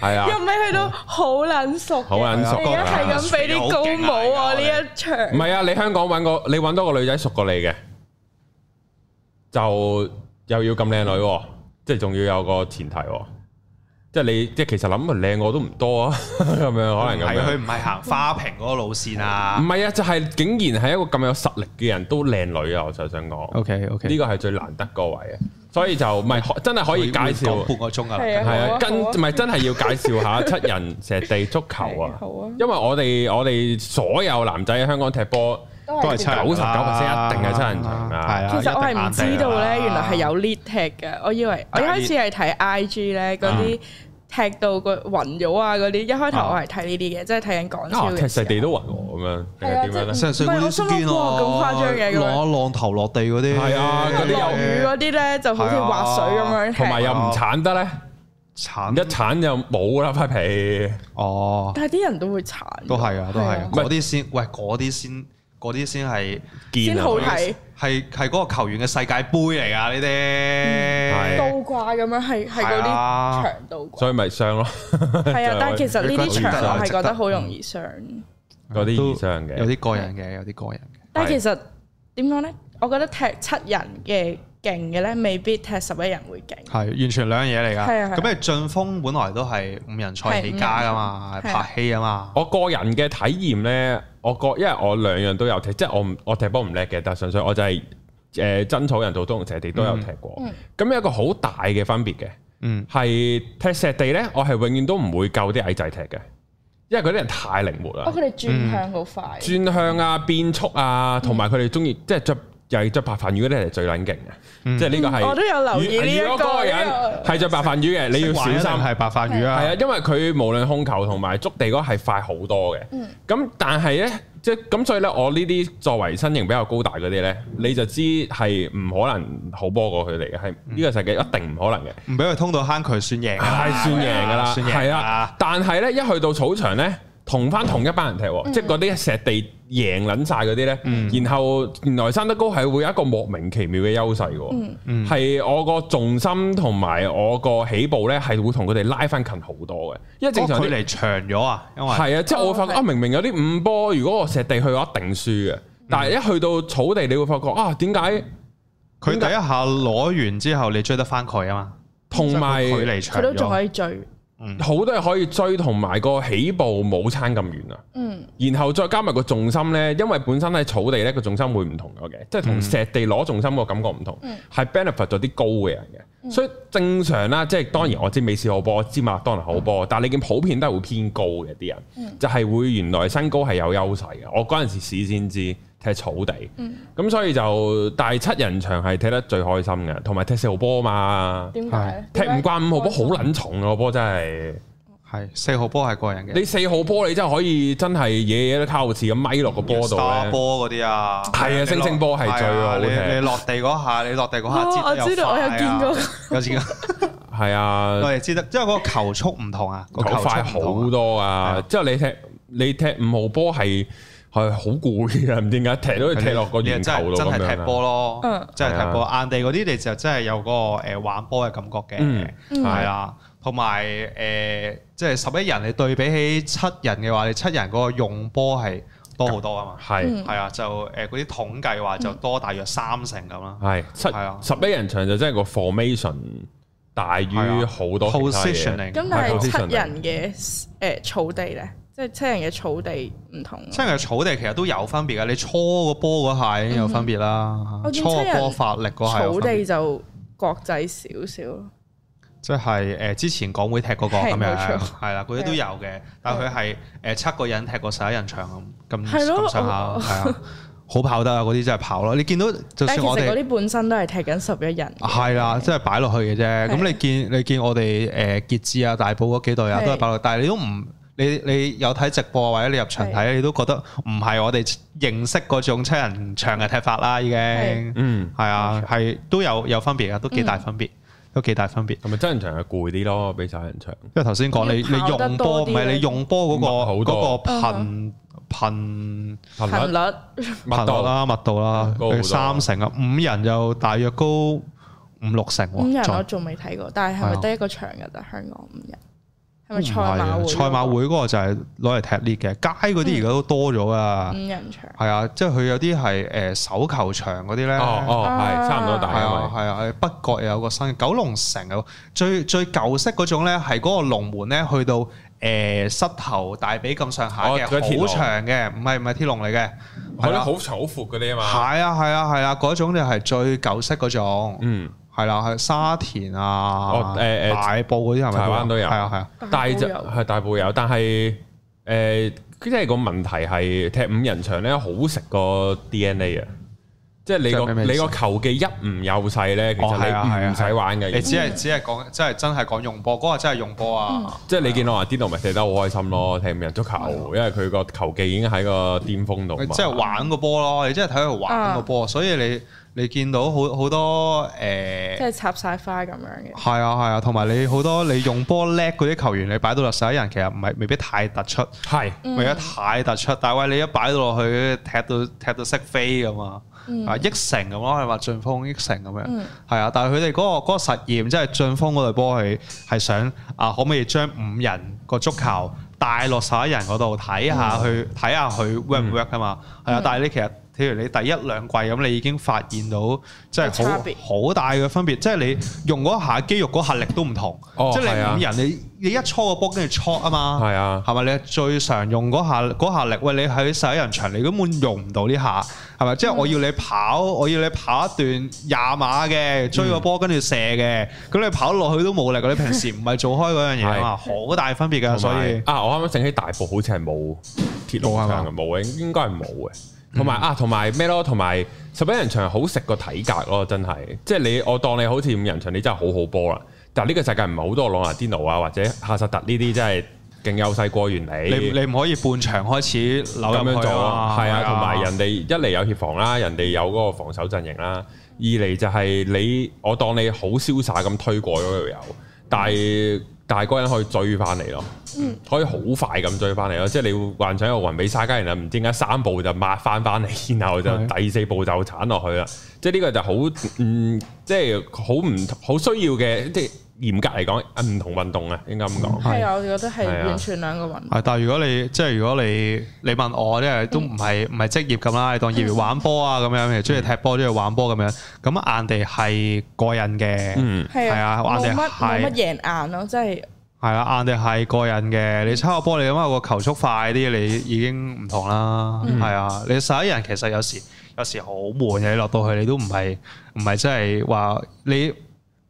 係啊又。唔係去到好撚熟嘅，好撚熟而家係咁俾啲高帽啊呢一場，唔係啊，你香港揾個你揾到個女仔熟過你嘅，就又要咁靚女、喎，即係仲要有個前提、喎。即係你即係其實諗啊靚我都唔多啊， 咁樣可能咁嗯係佢樣。唔係行花瓶嗰個路線唔啊。係啊，就係、竟然係一個咁有實力嘅人都靚女啊！我就想講， OK OK，呢個係最難得個位啊，所以就唔係可真係可以介紹，半個鐘啊，係啊係好啊，跟好啊唔係真係要介紹 下七人石地足球啊，好啊，因為我哋我哋所有男仔喺香港踢波。都都係係七哦其人99%啦一定係七人場啊係啊，實我係唔知道咧，一定硬地啦原來係有 lead 踢嘅，我以為我一但係開始係睇 IG 咧嗰啲踢到個暈咗啊嗰啲，一開頭我係睇呢啲嘅，即係睇緊港超啊！嘅時候踢石地都暈我咁樣，定係啊係點樣咧即？細細唔係嗰我啲心先諗堅咯，哇咁誇張嘅咁樣浪浪頭落地嗰啲，係啊嗰啲有落雨嗰啲咧就好似滑水咁樣踢，啊同埋又唔鏟得咧，鏟一鏟就冇啦塊皮。哦，但係啲人都會殘，都係啊，都係啊係啊嗰啲先，喂，嗰啲先，嗰啲先係見先啊好睇，係係嗰個球員嘅世界盃嚟㗎，呢係啲倒掛咁樣係係嗰係啲啊長倒掛。所以咪傷咯。係啊，但係係其實呢啲場我係值得覺得好容易傷。嗰啲以上嘅有啲過癮嘅，有啲過癮嘅，但係其實點講咧？我覺得踢七人嘅勁嘅咧，未必踢十一人會勁。係完全兩樣嘢嚟係啊係㗎。啊咁你進鋒本來都係五人賽起家㗎嘛，係五人賽拍戲啊嘛，我個人嘅體驗咧，我覺因為我兩樣都有踢，即係我唔我踢波唔叻嘅，但係純粹我就係誒真草人做東同石地都嗯有踢過。咁有一個好大嘅分別嘅，嗯，係踢石地咧，我係永遠都唔會夠啲矮仔踢嘅，因為嗰啲人太靈活啦哦，。佢哋轉向好快。轉向啊、變速啊，同埋佢哋中意即係着又係着白飯魚嗰啲係最撚勁嗯嘅，即係呢個係。嗯我都有留意呢一個如果嗰個人係着白飯魚啊嘅，你要小玩一定心。係白飯魚啊係，啊，因為佢無論控球同埋捉地嗰係快好多嘅。嗯咁、但係呢，即係咁，所以呢，我呢啲作為身形比較高大嗰啲呢，你就知係唔可能好波過佢哋嘅，係呢個世界一定唔可能嘅。唔俾佢通到坑渠算贏㗎啦，係算贏噶啦，算贏㗎係啦啊。。但係咧，一去到草場咧，同翻同一班人踢嗯喎，即係嗰啲石地贏撚晒嗰啲咧。然後原來生得高係會有一個莫名其妙嘅優勢嗯嘅喎，係我個重心同埋我個起步咧係會同佢哋拉翻近好多嘅，因為正常哦啲距離長咗啊，因為係啊，即係我會發覺哦係啊，明明有啲五波，如果我石地去我一定輸嗯嘅，但係一去到草地，你會發覺啊，點解佢第一下攞完之後，你追得翻佢啊嘛，同埋即係佢距離佢長都仲咗可以追。好多嘢可以追，同埋個起步冇差咁遠啊？嗯，然後再加埋個重心呢，因為本身喺草地呢個重心會唔同咗嘅，即係同石地攞重心個感覺唔同，係 benefit 咗啲高嘅人嘅。所以正常啦，即係當然我知美斯好波，我知麥當勞好波，但係你見普遍都係會偏高嘅啲人，就係會原來身高係有優勢嘅。我嗰陣時試先知踢草地，咁所以就但係七人場係踢得最開心嘅，同埋踢四號波嘛，點解咧？踢唔慣五號波好撚重啊！個波真係〜係四號波係過人嘅，你四號波你真係可以真係嘢嘢都靠似咁咪落個波度打咧，波嗰啲啊，係啊你落星星波係最係啊好踢你你落地嗰下，你落地嗰下哦接得我知道又快啊我有見 過，有見過，係啊我，哋知得，因為嗰個球速唔同啊，個球球快速唔好同啊多係啊！之後你踢你踢五號波係係好攰嘅， 唔知點解踢到踢落個你係圓真球係度真咁係踢樣啊。波咯嗯，真係踢係啊波。硬地嗰啲你就真係有嗰個誒玩波嘅感覺嘅嗯，係啦。同埋誒，即係十一人你對比起七人嘅話，你七人嗰個用波係多好多啊嘛。係嗯係啊，就誒嗰啲統計話就多大約三成咁啦。係係啊七十一人場就真係個 formation 大於啊好多其他嘢 positioning 咁但係七人嘅誒草地咧，即係七人嘅草地唔同。啊七人嘅草地其實都有分別嘅，你搓個波嗰下已經有分別啦，嗯我見搓七個人波發力嗰下有分別草地就國際少少咯。即係誒之前港會踢嗰個係咁樣冇錯，啊係啦，嗰啲都有呃嘅，但係佢係誒七個人踢過十一人場咁咁係咯咁上下，我係啊，好跑得啊，嗰啲真係跑咯。你見到就但算係我其實哋啊嗰。啲本身都係踢緊十一人。係啦，即係擺落去嘅啫。咁係你見你見我哋誒傑志啊、大埔嗰幾隊啊，係都係擺落，但係你都唔你你有睇直播啊或者你入場睇，你都覺得唔係我哋認識嗰種七人場嘅踢法啦，已經係係嗯，啊，係都有有分別啊，都幾嗯大分別，都幾大分別。同埋真人場係攰啲咯，比手人場。因為頭先講你你要跑得用波多唔係啲咧嗯你用波嗰個密好嗰多個頻頻頻頻率率密頻率度，啦、密度啦高好，多三成啊，五人就大約高五六成五人喎，我仲未睇過，但係係咪得一個場㗎咋？香港五人係咪賽馬啊唔係會？啊賽馬會嗰個就係攞嚟踢 lead 嘅，街嗰啲而家都多咗啊，五人場，係啊，即係佢有啲係誒手球場嗰啲咧，哦係哦，係差唔多大啊啊咪。係啊，北角又有個新，九龍城有最最舊式嗰種咧，係嗰個龍門咧去到誒膝頭大髀咁上下哦嘅，嗰啲鐵好籠長嘅，唔係唔係鐵籠嚟嘅，係係咯，啦好好闊嗰啲啊嘛。係啊係啊係啊，嗰種就係最舊式嗰種。嗯，係啦，係沙田啊，哦誒誒大埔嗰啲係咪？柴灣都有係啊係啊，但係就大埔有係大埔有，但係誒，即係個問題係踢五人場咧，好食個 DNA 啊！即係你即係個咩意思你個球技一唔幼細咧，其哦係啊係實你啊唔使玩嘅。你只係只係講，真係真係講用波，嗰個真係用波啊！即係你見到阿 Dino 咪踢得好開心咯，踢五人足球，因為佢個球技已經喺個巔峰度嘛。你啊即係玩個波咯，你真係睇佢玩個波，所以你你見到好好多即誒。係插晒花咁樣嘅。係啊係啊，同埋你好多你用波叻嗰啲球員，你擺到落十一人，其實唔係未必太突出，係嗯未必太突出。但係喂，你一擺到落去，踢到踢到識飛咁啊！嗯啊，益成咁咯，你話進鋒益成咁樣，係、啊。但係佢哋嗰個嗰、個實驗，即係進鋒嗰隊波，係係想啊，可唔可以將五人個足球嗯帶落十一人嗰度睇下去，睇下佢 work 嗯唔 work 啊嘛？係啊，但係你其實。譬如你第一兩季咁，你已經發現到即係有好差別好大嘅分別，即係你用嗰下肌肉嗰下力都唔同，哦即係係啊你五人你你一搓個波跟住搓啊嘛，係啊。係咪你最常用嗰下嗰下力？喂，你喺十一人場你根本用唔到呢下，係嗯咪？即係我要你跑，我要你跑一段廿碼嘅，追個嗯波跟住射嘅，咁你跑落去都冇力。你平時唔係做開嗰樣嘢啊嘛，好大分別㗎，所同埋以啊，我啱啱醒起大埔好似係冇鐵路冇場係嘛嘅，冇嘅，應該係冇嘅。同埋啊，同埋咩咯？同埋十一人場好食個體格咯，真係。即係你我當你好似五人場，你真係好好波啦。但係呢個世界唔係好多朗拿甸奴啊，或者夏薩特呢啲真係勁幼細過完你你。你唔可以半場開始扭咁入樣去做啊啊，嘛，係啊，同埋人哋一嚟有協防啦，人哋有嗰個防守陣型啦；二嚟就係你，我當你好瀟灑咁推過咗條友，但係但係嗰個人可以追翻嚟咯，可以好快咁追翻嚟咯，即係你會幻想有雲比沙加，然後唔知點解三步就抹翻翻嚟， 然後就係第四步就鏟落去啦。即係呢個就好嗯，即係好唔好需要嘅，即係嚴格嚟講唔同運動啊，應該咁講。係啊，我覺得係係啊完全兩個運動。係，但係如果你即係如果你你問我咧，嗯都唔係唔係職業咁啦，你當業餘玩波啊咁樣，其實中意踢波，中意玩波咁樣，咁硬地係過癮嘅，嗯係啊，係啊冇我乜哋係冇乜贏硬咯，即係係啦，硬地係過癮嘅。你抄個波，你諗下個球速快啲，你已經唔同啦。嗯係啊，你十一人其實有時有時好悶嘅，你落到去你都唔係唔係真係話你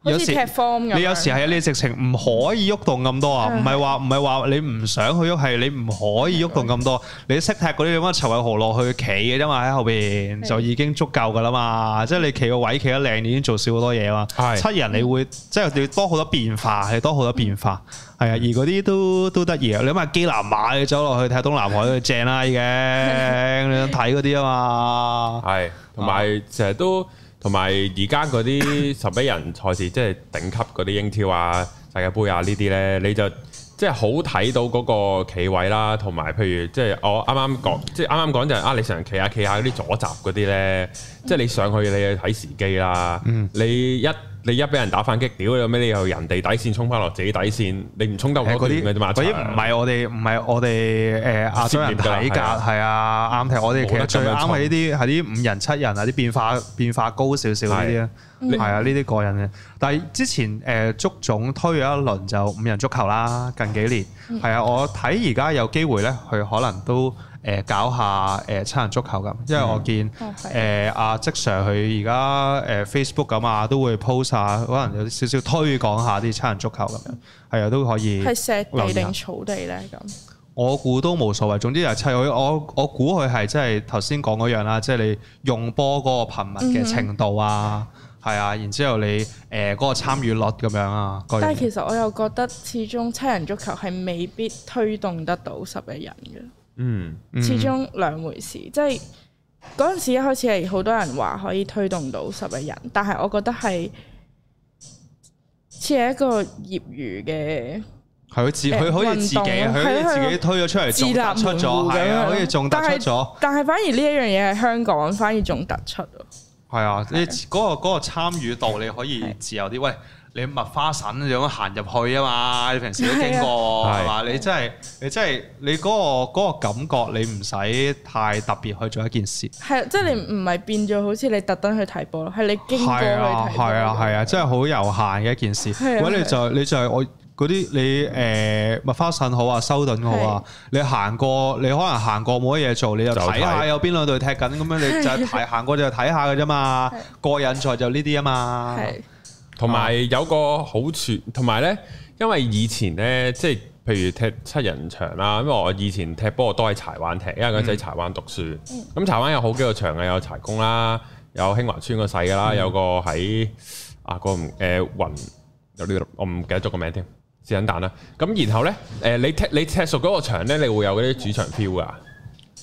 好有似時踢 form 咁樣。嗯你有時係你直情唔可以喐動咁多啊，唔係話唔係話你唔想去喐，係你唔可以喐動咁多。你識踢嗰啲咁嘅陳偉豪落去企嘅啫嘛，喺後邊係就已經足夠噶啦嘛。即係你企個位企得靚，你已經做少好多嘢啦。係七人你會即係你多好多變化，係多好多變化。係啊，而嗰啲都都得意啊！你諗下基南馬你走落去睇東南海正啦已經，你想睇嗰啲啊嘛。 係，同啊埋成日都同埋而家嗰啲 十一人賽事，即係頂級嗰啲英超啊、世界盃啊呢啲呢，你就即係好睇到嗰個企位啦，同埋譬如即係我啱啱講，即係啱啱講就係、啊，你成日企下企下嗰啲左閘嗰啲呢，即係你上去你去睇時機啦，嗯你一。你一俾人打反擊，屌你咩？你又人哋底線衝翻落自己底線，你唔衝得係我嗰啲啲嘅啫嘛。嗰啲唔係我哋唔係我哋誒亞洲人涉獵㗎睇㗎，係啊係啊啱踢。我哋其冇實得咁最樣啱係呢衝啲係啲五人七人啊，啲變化變化高少少呢啲啊，嗯係啊呢啲過癮嘅。但係之前誒足總推咗一輪就五人足球啦，近幾嗯年係啊，我睇而家有機會咧，佢可能都誒搞下誒七人足球咁，因為嗯我見。哦係誒阿即 Sir 佢而家誒 Facebook 咁啊，都會 post 下，可能有少少推廣下啲七人足球咁樣，係啊，都可以係石留地意下定草地咧咁。我估都冇所謂，總之就係砌佢。我我估佢係即係頭先講嗰樣啦，即係你用波嗰個頻嗯密嘅程度啊，係啊，然之後你誒嗰個參與率咁樣啊，各樣但係其實我又覺得，始終七人足球係未必推動得到十一人嘅。嗯，嗯始終兩回事，即係嗰陣時一開始係好多人話可以推動到十一人，但係我覺得係似係一個業餘嘅，佢自佢好似自己，佢運動好係啊似自係己啊推咗出嚟，自仲立突出門戶咗，係咁啊，樣好似仲突出但咗。但係反而呢一樣嘢係香港反而仲突出喎。係啊，你嗰、個嗰、個參與度你可以自由啲。喂，你麥花臣咁樣行入去啊嘛，你平時都經過係啊係嘛？你真係你真係你嗰、個嗰個感覺，你唔使太特別去做一件事。係，啊即係你唔係變咗好似你特登去睇波咯，係你經過去係啊，睇波。係啊，係啊，真係好有限嘅一件事。係啊喂，你係就你就係我嗰啲你誒麥花臣好啊，修頓好啊，你行過你可能行過冇乜嘢做，你就就睇下睇有邊兩隊踢緊咁樣，你就 係睇行過就睇下嘅啫嘛。過癮在就呢啲啊嘛。係同啊埋有個好處，同埋咧，因為以前咧，即係譬如踢七人場啦，因為我以前踢波我都喺柴灣踢，因為嗰嗯陣時喺柴灣讀書。咁柴灣有好幾個場嘅，有柴公啦，有興華村個細噶啦，嗯有個喺啊個唔誒雲有呢個我唔記得咗個名添，是撚蛋啦。咁然後咧，誒你踢你踢熟嗰個場咧，你會有嗰啲主場 feel 噶，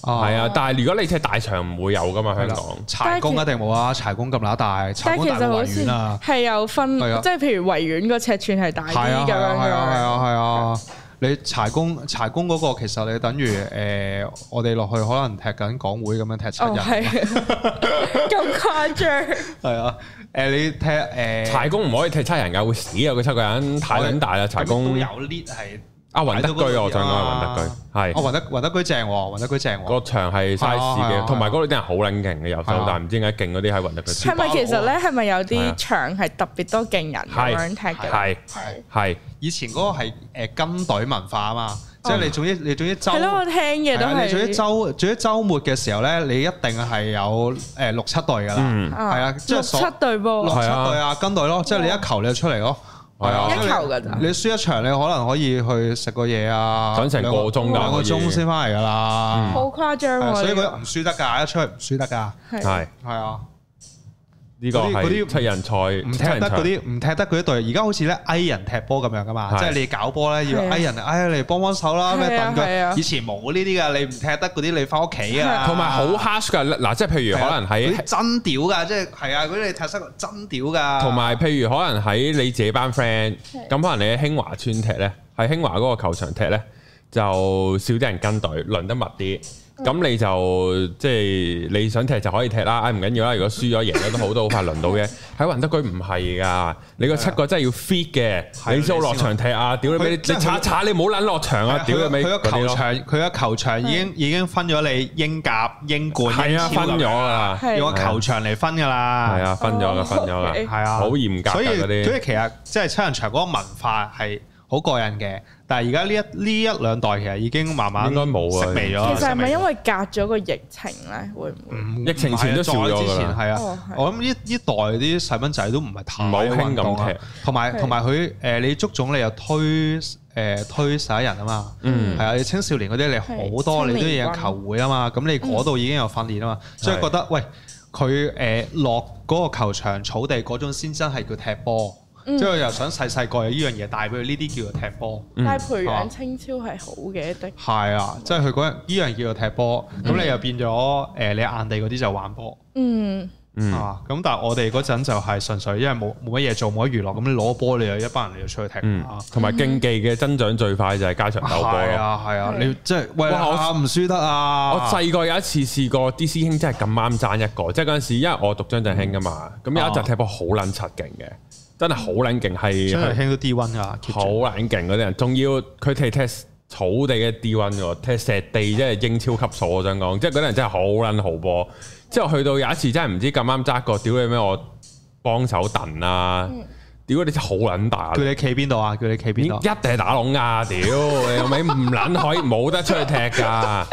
哦係啊。但係如果你踢大場唔會有噶嘛，香港。柴工一定冇啊！柴工咁乸大，柴但係工其大實過好維似園啊！係有分，係啊即係譬如維園個尺寸係大啲係啊咁係啊係樣㗎啊係嘛啊係啊！你柴工柴工嗰個其實你等於誒，我哋落去可能踢緊港會咁樣踢啊七哦，人，係 咁誇張。係啊誒你踢誒柴工唔可以踢七人㗎，會死啊！佢七個人太撚大啦，柴都工有 lead 係阿雲德居啊我想講阿雲德居係係啊雲德雲德居正喎，雲德居正喎個，場係 size 係啊係啊嘅，同埋嗰度啲人好撚勁嘅，由係啊手但係唔知點解勁嗰啲喺雲德居係咪其實咧？係咪有係啊啲場係特別多勁人咁樣踢嘅？係係係以前嗰個係誒金隊文化啊嘛，即係你總之你總之周哦係咯，我聽嘅都係啊你總之係。周總之週末嘅時候咧，你一定係有誒六七隊㗎啦。嗯係啊即係六所七對落波，七係啊對啊，跟隊咯，即係你一球你就出嚟咯，係啊即係你一球㗎咋你輸一場你可能可以去食個嘢啊，等成個鐘㗎兩個可以嗯鐘先翻嚟㗎啦，好誇張係啊喎！所以佢呢個唔輸得㗎，一出去唔輸得㗎，係係啊，呢個嗰啲嗰係啲七人賽，唔七踢人得場嗰啲唔踢得嗰啲隊，而家好似咧嗌人踢波咁樣㗎嘛，係即係你搞波咧要係啊嗌人，哎你幫幫手啦，咩係啊等係啊佢，以前冇呢啲㗎，你唔踢得嗰啲你翻屋企㗎，同埋好 harsh 㗎。嗱，即係譬如可能啊係啊喺嗰啲真屌㗎，即係係啊，嗰啲你踢失真屌㗎，同埋譬如可能喺你自己班 friend，係咁可能你喺興華村踢咧，喺興華嗰個球場踢咧，就少啲人跟隊，輪得密啲。咁你就即係你想踢就可以踢啦，唉唔緊要啦。如果輸咗贏咗都好，都好快輪 到嘅。喺雲德居唔係㗎，你個七個真係要 fit 嘅，啊你先好落場踢啊！屌你佢俾你，即係你查一查你唔好撚落場啊！屌佢你咪佢個球嗰啲咯場，佢個球場已經已經分咗你英甲、英冠、係啊，英超分咁樣咗㗎啦，係用個球場嚟分㗎啦，係啊，分咗㗎，哦分咗㗎， OK 係啊，好嚴格所以㗎嗰所啲以其實即係七人場嗰個文化係好過癮嘅，但係而家呢一呢一兩代其實已經慢慢應該冇啊食味咗。其實係咪食味咗嗯因為隔咗個疫情咧？會唔會？唔疫情前都少咗㗎啦唔係啊再之前係哦啊，係我諗呢呢代啲細蚊仔都唔係太唔係好興咁運動啊踢，同埋係同埋佢誒你足總你又推誒推十一人啊嘛，嗯係啊，你青少年嗰啲你好多係你都青年要軍球會啊嘛，咁你嗰度已經有訓練啊嘛，所以係覺得喂佢誒落嗰個球場草地嗰種先真係叫踢波，嗯即係我又想細細個有呢樣嘢帶俾佢，呢啲叫做踢波。嗯但係培啊養青超係好嘅，的係啊，即係佢嗰樣呢樣叫做踢波，嗯咁你又變咗誒，你硬地嗰啲就玩波，嗯，嗯啊，咁但係我哋嗰陣就係純粹因為冇冇乜嘢做，冇乜娛樂，咁你攞個波你就一班人你就出去踢嗯啊，，同埋競技嘅增長最快就係加場鬥波係咯。啊係啊，係你即係喂哇我啊唔輸得啊，我細個有一次試過啲師兄真係咁啱爭一個，即係嗰陣時，因為我讀張振興噶嘛，嗯咁有一集踢波好撚柒勁嘅，真係好撚勁，啊真係係興到 D one 噶，keep 住好啊撚勁嗰啲人，仲要佢哋踢草地嘅 D1 喎，踢石地即係英超級數，我想講，即係嗰啲人真係好撚好波。之後去到有一次真係唔知咁啱爭一個，屌你咩我幫手燉啊，嗯屌你真係好撚大力叫你企邊度啊？叫你企邊一度？定係打窿啊！屌，你有咪唔撚可以冇得出去踢噶？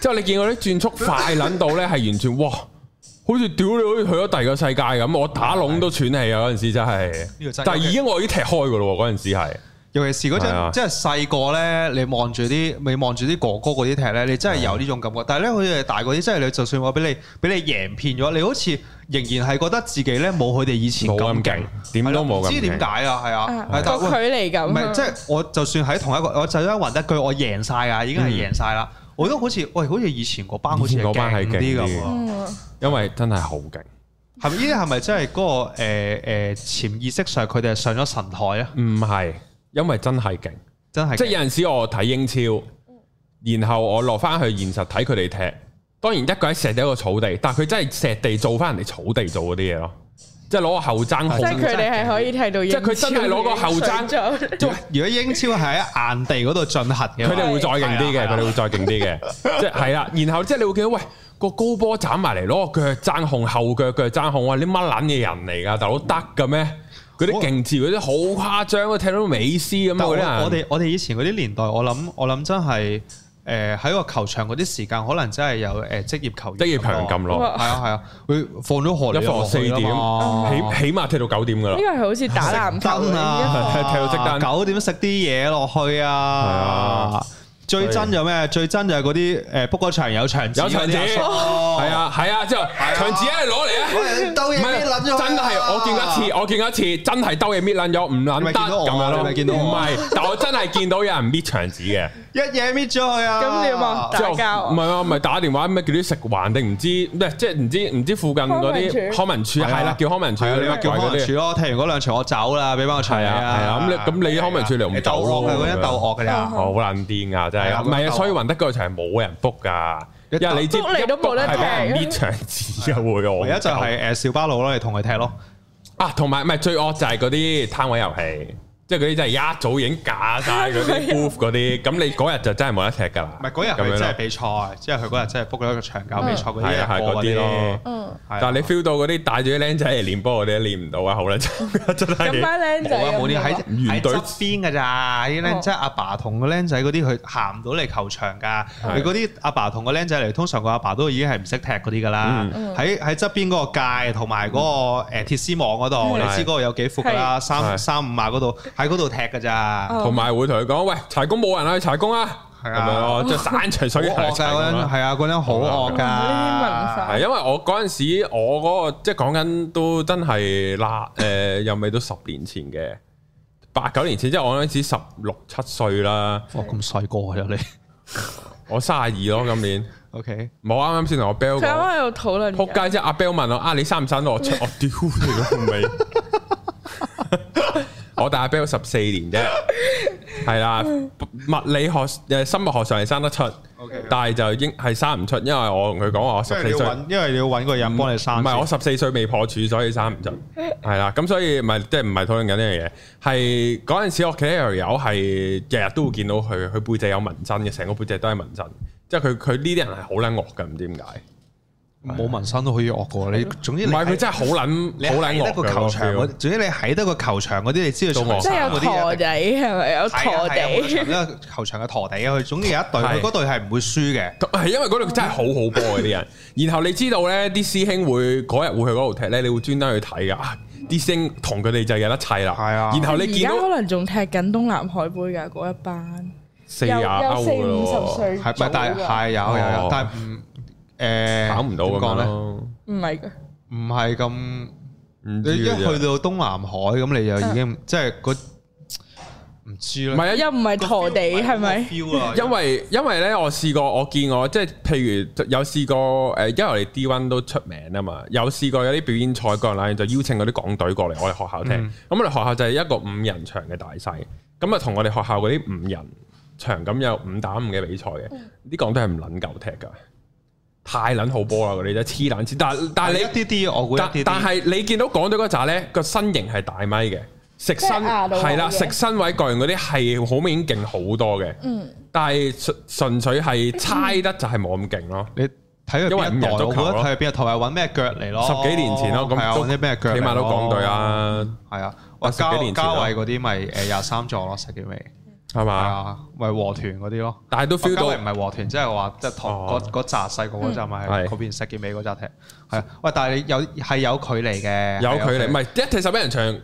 之後你見我啲轉速快撚到咧，係完全哇，好似屌你好似去咗第二個世界咁，我打窿都喘氣啊！嗰陣時真係個真係，但係已經我已經踢開噶咯喎，嗰陣時係尤其是嗰係啊陣即係細個咧，你望住啲你望住啲哥哥嗰啲踢咧，你真係啊有呢種感覺。但係咧，佢哋大個啲，即係你就算話俾你俾你贏騙咗，你好似仍然係覺得自己咧冇佢哋以前冇咁勁咁勁，，點都冇係啦唔咁知勁點。解啊？係啊，係但個距離感唔啊，係，即係我就算喺同一個，我就因混得句，我贏晒啊，已經係贏晒啦。我都好似，喂，好似以前嗰班好嗯似以前嗰班係係勁啲勁啲咁喎。嗯因為真係好勁，係咪呢啲係咪真係嗰個誒誒潛意識上佢哋係上咗神台啊？唔係因為真係勁，真係即係係有陣時我睇英超，然後我落翻去現實睇佢哋踢，當然一個喺石地一個草地，但係佢真係石地做翻人哋草地做嗰啲嘢咯，即係攞個後踭啊即控係佢哋係可以睇到英即係佢真係攞個後踭 超越咗如果英超係喺硬地嗰度進行嘅佢話，哋會再勁啲嘅，係啊係啊佢哋會再勁啲嘅，即係係啦。然後即係你會見到，喂個高波斬埋嚟，攞個腳踭控，後腳腳踭控，哇！你乜撚嘅人嚟㗎？大佬得嘅咩？嗰啲勁字嗰啲好誇張，我踢到美斯咁但嗰我啲人。我哋我哋以前嗰啲年代，我諗我諗真係誒喺個球場嗰啲時間，可能真係有誒職業球員，職業強咁咯，哇係啊係啊，佢放咗學一放四點，起起碼踢到九點㗎啦呢個。係好似打籃球嘅燈啊，踢到熄燈九點食啲嘢落去係啊啊！最憎就咩？最憎就係嗰啲誒 book 個場有場紙有場嗰啲阿紙叔咯，係啊係啊，之後長子咧攞嚟啊！兜唔哎嘢搣撚咗佢啊，真係我見過一次，我見過一次，真係兜嘢搣撚咗，唔撚你咪得見到我咁樣啊你咯。咪見到我唔係，但我真係見到有人搣牆紙嘅。一嘢搣咗佢啊！咁你話之後打交啊唔係啊，咪打電話咩叫啲食環定唔知咩，即係唔知唔知附近嗰康文啲署康文署係係啦啊，叫康文署係啊，你咪咪叫康文署咯，踢完嗰兩場我走啦，俾翻個場你係啊係啊啊，咁你咁你康文署你唔走咯你鬥惡嘅嗰啲鬥惡嘅你哦啊，好撚癲啊！真係係，啊唔係啊，所以雲德嗰場係冇人 book 噶，一因為你知 book 你都冇得一 book 係俾人踢搣牆紙嘅會我唯一就係誒小巴路咯，你同佢踢咯，啊，同埋唔係最惡就係嗰啲攤位遊戲，即係嗰啲真係一早已經架晒 嗰啲 booth 嗰啲，咁你嗰日就真係冇得踢㗎啦。啊唔係嗰日咁樣佢真係咯比賽，即係佢嗰日真係 book 咗一個場搞比賽嗰啲係啊係日嗰過啲啲咯咯。嗯，係啊但係你 feel 到嗰啲帶住啲僆仔嚟練波嗰啲練唔到啊，好啦， 真咁係。班僆冇仔啊，冇啲喺咁樣哦原喺隊側邊㗎咋，啲僆即係阿爸同個僆仔嗰啲，佢行唔到嚟球場㗎。佢嗰啲阿爸同個僆仔嚟，通常個阿爸都已經係唔識踢嗰啲㗎啦嗯。喺喺側邊嗰個界同埋嗰個嗯誒鐵絲網嗰度，你知嗰個有幾闊㗎啦，係三三五啊碼嗰度喺嗰度踢㗎咋。哦同埋會同佢講：喂，柴工冇人啦，去柴工啊！咁係啊樣咯， 即係山長好水惡㗎係柴工嗰陣，啦。係啊，嗰陣好惡㗎。呢係因為我嗰陣時，我嗰、個即係講緊都真係啦，誒、又未到十年前嘅，八九年前，即係我嗰陣時十六七歲啦，哇，咁細個啊有你我三十二咯，今年。 ，OK，冇啱啱先同我 Bell 啲文化佢啱講，啱喺度討論緊，仆街即係阿 Bell 問我啊，你生唔生到我出？我屌你老味！ 我大阿 Bell 十四年啫，係啦，物理學誒生物學上係生得出 OK 但係就應係生唔出，因為我同佢講話我十即係四你要歲。揾，因為你要揾個人幫你生。唔係我十四歲未破處，所以生唔盡。係啦，咁所以唔係即係唔係討論緊呢樣嘢，係嗰陣時我屋企一條友係日日都會見到佢，佢背脊有紋身嘅，成個背脊都係紋身，即係佢佢呢啲人係好撚惡嘅，唔知點解。冇紋身都可以惡過你。總之唔你係係佢真係好撚好撚喺得惡個嘅球場嗰嗰，個 feel 總之你喺得個球場嗰啲，你知道都冇即係有陀啲啊地係咪？有係啊陀係啊冇地錯因為球場嘅陀地啊，佢總之有一隊，係佢嗰隊係唔會輸嘅。係因為嗰度真係好好波嘅啲人，然後你知道咧，啲師兄會嗰日會去嗰度踢咧，你會專登去睇噶。啊啲師兄同佢哋就有得砌啦。係啊然後你而見家到可能仲踢緊東南海杯㗎嗰一班，四有啊廿有歐四嘅五十咯，歲係咪？但係左右係有有哦有，但係唔誒搞唔到咁點講樣咧，咯。唔係㗎，唔係咁。唔你一知啊去真係到東南海咁，你就已經即係嗰唔知唔啦。係啊，又唔係陀地係咪？ feel 啊，因為因為咧，我試過，我見我即係譬如有試過誒，呃因為我哋 D one 都出名啊嘛，有試過有啲表演賽嗰陣咧，就邀請嗰啲港隊過嚟我哋學校踢。咁、我哋學校就係一個五人場嘅大細，咁啊同我哋學校嗰啲五人場咁有五打五嘅比賽嘅，啲港隊係唔撚夠踢㗎，太撚好波啦嗰啲真係黐撚線。但係但但係係你一啲啲，我估一但啲啲。但係你見到港隊嗰扎咧，個身形係大咪嘅，食身即係牙到位嘅係啦，食身位各樣嗰啲係好明顯勁好多嘅。嗯，但係純純粹係猜得就係冇咁勁咯。你睇佢因為邊五一代，人足球我覺得咯睇佢邊一代係揾咩腳嚟咯。十幾年前咯，係啊咁都揾啲咩腳嚟咯？起碼都港隊啊，係啊，哇！十幾嘉年前嘉啦偉嗰啲咪誒廿三座咯，食幾味係係嘛？啊，咪和團嗰啲咯。但係都嘉 feel 到偉唔係和團，即係話即係同哦嗯嗰嗰扎細個嗰扎咪係係嗰邊石幾味嗰扎踢。係啊，喂！但係你有係有距離嘅，有距離，唔係係一踢十一人場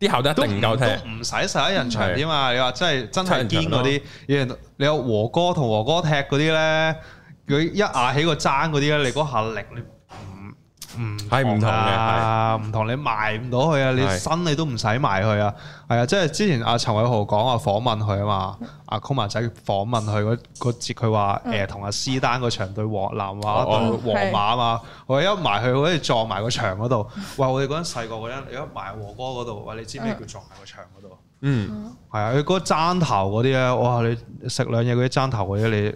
啲校得一都定夠踢，都唔使十一人場添啊嘛！你話真係真係七人堅場嗰咯啲，以前你有和哥同和哥踢嗰啲咧，佢一壓起個爭嗰啲咧，你嗰下力你唔唔係唔同嘅啊，唔同你埋唔到佢啊，你係身你都唔使埋佢啊，係啊！即係之前阿陳偉豪講啊訪問佢啊嘛，阿 c o m a 仔訪問佢嗰嗰節佢話誒同阿斯丹嗰場對黃南華對哦皇馬啊嘛，我一埋去好似撞埋個牆嗰度，喂！我哋嗰陣細個嗰陣，你一埋和哥嗰度，喂！你知咩叫撞埋個牆嗰度？嗯，係啊，佢嗰個爭頭嗰啲咧，哇！你食兩嘢嗰啲爭頭嗰啲，你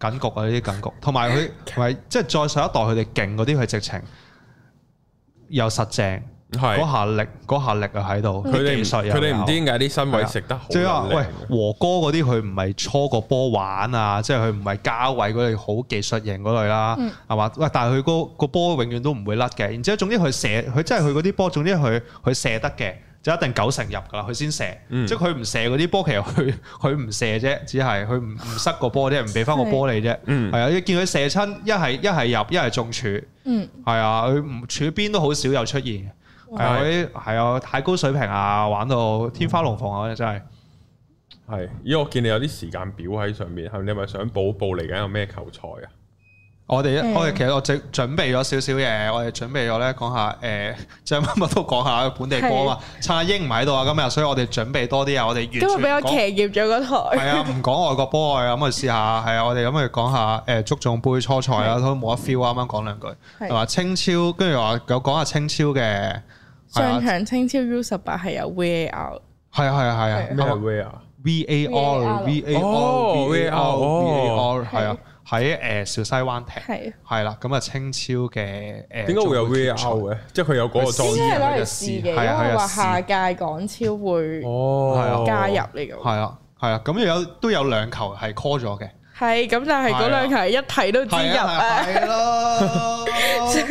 緊局啊！呢啲緊局，同埋佢同埋即係再上一代佢哋勁嗰啲，佢直情又實正，嗰係下力嗰下力啊喺度，佢哋技唔術又佢哋有唔知點解啲身啊係位啊食得好即係話撚喂靚，和哥嗰啲佢唔係搓個波玩啊，即係佢唔係交位嗰類好技術型嗰類啦，係嘛、喂，但係佢個個波永遠都唔會甩嘅。然之後總之佢射，佢即係佢嗰啲波，總之佢佢射得嘅就一定九成入㗎啦，佢先射。嗯即係佢唔射嗰啲波，其實佢 佢唔射啫，只係佢唔唔塞個波啫，唔俾翻個波你啫。嗯係啊，你見佢射親，一係一係入，一係中柱。嗯，係啊，佢唔處邊都好少有出現嘅。係啊，嗰啲係啊，太高水平啊，玩到天花龍鳳啊，真係。係，咦我見你有啲時間表喺上面，係咪你咪想補報嚟緊有咩球賽啊？我哋嗯我哋其實我準準備咗少少嘢，我哋準備咗咧講下誒，即係乜乜都講下本地波啊嘛。趁阿英唔喺度啊，今日，所以我哋準備多啲啊，我哋今日俾我完全講騎劫咗 嗰係台，啊，唔講外國波啊，咁去試下係啊，我哋咁去講下誒足總杯初賽啦，都冇得 feel 啊，啱啱講兩句係係嘛？清超跟住話有講下清超嘅係啊上場清超 U 十八係有 VAR，係啊係啊係啊係咩係 where 啊？ V A R V A R 哦 V A R V A R 哦係啊，喺誒小西灣踢係係啦，咁啊清超嘅誒點解會有 VR 足總杯決賽嘅？即係佢有嗰個裝應置該係攞嚟試試嘅，因係啊係為啊話試下屆港超會哦，加入嚟嘅。係啊，係啊，咁又有都有兩球係 call 咗嘅，係咁，但係嗰兩球一睇都知入啊！係 咯。咁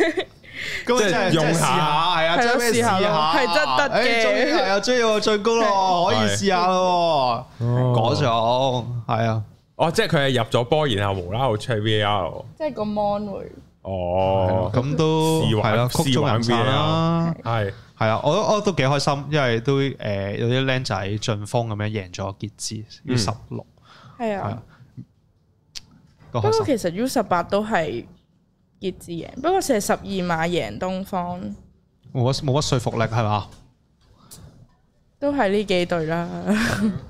即係即係用下係啊，係即咯係咩試下試下咯係真得嘅誒終於係啊，追到最高咯，可以係試下咯喎。嗰種係啊，哦，即係佢係入咗波，然後無啦啦 check VR。即係個 mon 會哦，咁都試玩係啦，試曲中玩人散啦。係係啊，我都我都幾開心，因為都誒有啲僆仔進鋒咁樣贏咗傑志嗯 U 十六，係係啊啊。都不開過心。其實 U 十八都係傑志贏，不過成十二碼贏東方，冇乜冇乜說服力係嘛？都係呢幾隊啦。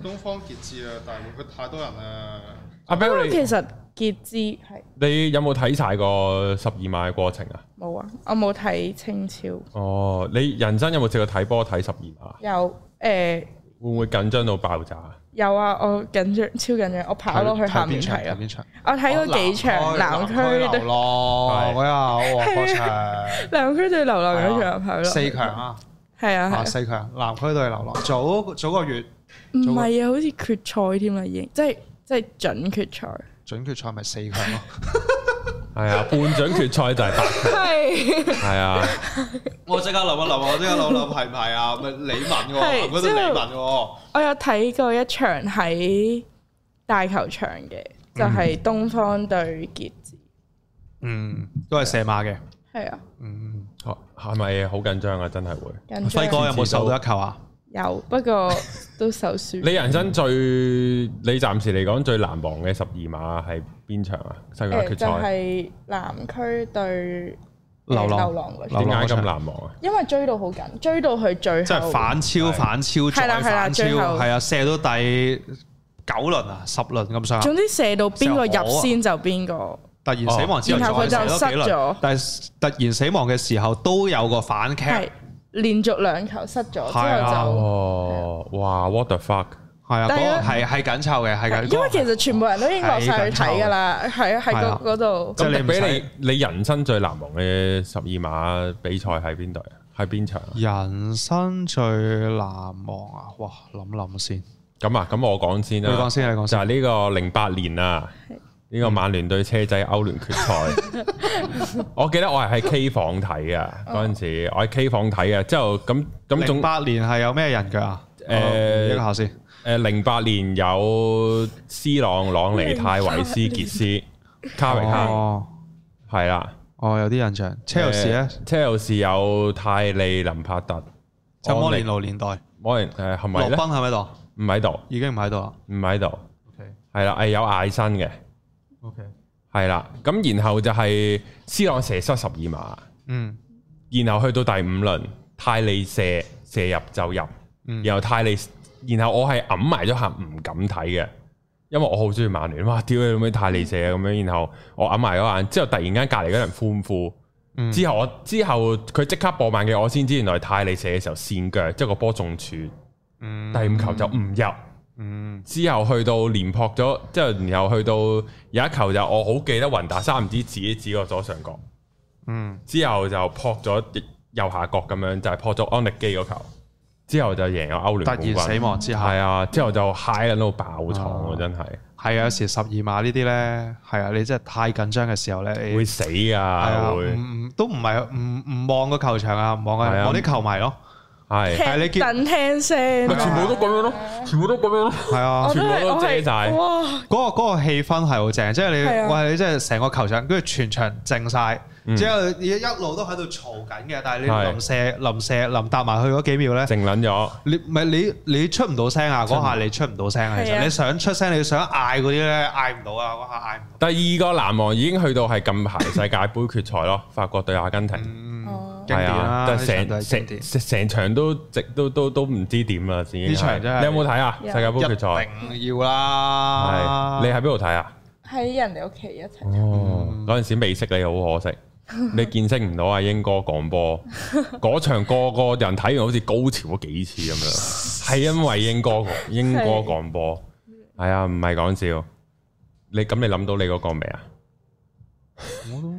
東方傑志啊，但係佢太多人啦。啊阿不過 Barry，哦其實傑志係你有冇睇晒個十二碼嘅過程啊？冇啊，我冇睇清超，哦，你人生有冇試過睇波睇十二碼？有誒會唔會緊張到爆炸啊？有啊，我緊張超緊張，我跑落去下面睇邊場睇啊睇！邊場？我睇哦過幾場南區對流浪啊嗰日旺角場啊南區對流浪嗰場跑咯，四強啊，係啊，係啊啊四強，南區對流浪，早早個月唔係啊，好似決賽添啊啦，已經即係即係準決賽。準決賽咪四強咯。係 啊，半準決賽就係八強，係係啊， 我即刻諗一諗，我即刻諗諗係唔係啊？咪李文喎，係嗰度李文喎，我有睇過一場喺大球場嘅，就係、東方對傑志，嗯，都係射馬嘅，係啊，嗯，哦 係咪好緊張啊？真係會。緊張輝哥有冇守到一球啊？有，不過都受輸。你人生最你暫時嚟講最難忘嘅十二碼係邊場啊？世界誒決就賽係、南區對流浪流浪嗰場流點浪解咁難忘啊？因為追到好緊，追到佢最後，即係反超、係反超係再啦係啦反超，最後係啊，射到第九輪啊、十輪咁上下總。之射到邊個射入好啊先就邊個。突然死亡之然後後佢再就射多失幾輪咗，，但係突然死亡嘅時候都有個反係 cap，連續兩球失咗之係啊後就。哦，哇，what the fuck！係啊，嗰但係個佢係係緊湊嘅，係緊。因為其實全部人都已經落晒去睇㗎啦，係啊，喺係啊嗰嗰度。即咁係你你唔俾使你你人生最難忘嘅十二碼比賽係邊隊啊？係邊場啊？人生最難忘啊！哇，諗諗先，咁啊，咁我講先你啦。講先，你講就先。係呢個零八年啊，呢個曼聯對車仔歐聯決賽，我記得我係喺 K 房睇啊，嗰陣時我喺 K 房睇啊，之後咁咁零仲八年係有咩人腳啊？誒誒，一下先，誒零八年有斯朗、朗尼、泰維斯、傑斯、卡維卡，哦，係啦。哦，有啲印象。車路士咧，誒車路士有泰利、林柏特、就摩連奴年代，摩連誒係咪洛咧？賓喺咪度？唔喺度，已經唔喺度啦。唔喺度， OK 係啦，係有艾辛嘅， OK，係啦。咁然後就係斯朗射失十二碼，嗯然後去到第五輪泰利射射入就入，嗯然後泰利，然後我係揞埋咗下唔敢睇嘅，因為我好中意曼聯，啊哇！屌你老味泰利射啊咁樣，然後我揞埋嗰眼，之後突然間隔離嗰人歡呼。嗯之後我之後佢即刻播慢嘅，我先知原來泰利射嘅時候跣腳，即係個波中柱，嗯第五球就唔入。嗯之後去到連撲咗，之後然後去到有一球就我好記得雲達沙唔知自己指個左上角，嗯之後就撲咗右下角咁樣，就係、撲咗安力基嗰球，之後就贏咗歐突聯然冠軍。死亡之下係，啊，之後就嗨緊到爆床喎，啊真係係啊，有時十二碼呢啲咧，係啊，你真係太緊張嘅時候咧，你會死係啊，啊，會唔唔都唔係唔唔望個球場啊，唔望係啊，啊望啲球迷咯，係，但係你聽見等聽聲啊咪，全部都咁樣咯，全部都咁樣咯。係啊我。全部都我係遮晒哇！嗰個嗰個氣氛係好正，即係你係啊喂你即係成個球場，跟住全場靜晒，之後一路都喺度嘈緊嘅，但係你係臨射臨射臨搭埋去嗰幾秒咧，靜撚咗，你唔係你你出唔到聲啊！嗰下你出唔到聲啊！其係實啊你想出聲，你想嗌嗰啲咧嗌唔到啊！嗰下嗌唔第二個難忘已經去到係近排世界盃決賽 咯，法國對阿根廷。哦嗯經典啦係啊呢場都但係係成經典成成成場都直都都都唔知點啦，已經係呢場真係你有冇睇啊？有世界盃決到，賽一定要啦！係你喺邊度睇啊？喺人哋屋企一齊，哦，嗰陣時未識你，好可惜，你見識唔到阿英哥講波嗰場，個個人睇完好似高潮咗幾次咁樣，係因為英哥講英哥講波，係啊，唔係講笑。你咁你諗到你嗰個未啊？我都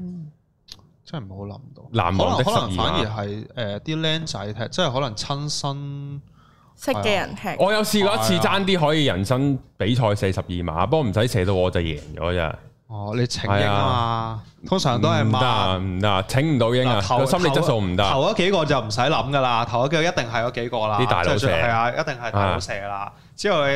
真係冇諗到。難忘的可能可12能反而係誒啲僆仔踢，即係可能親身識嘅人踢，我有試過一次爭啲可以人生比賽四十二碼，不過唔使射到我就贏咗咋。哦，你情應啊嘛，通常都係唔得慢啊，。唔得啊，請唔到英啊，嗱頭個心理質素唔得啊。頭嗰幾個就唔使諗噶啦，頭嗰幾個一定係嗰幾個啦，啲大佬即射係係啊，一定係大佬射啦。之後你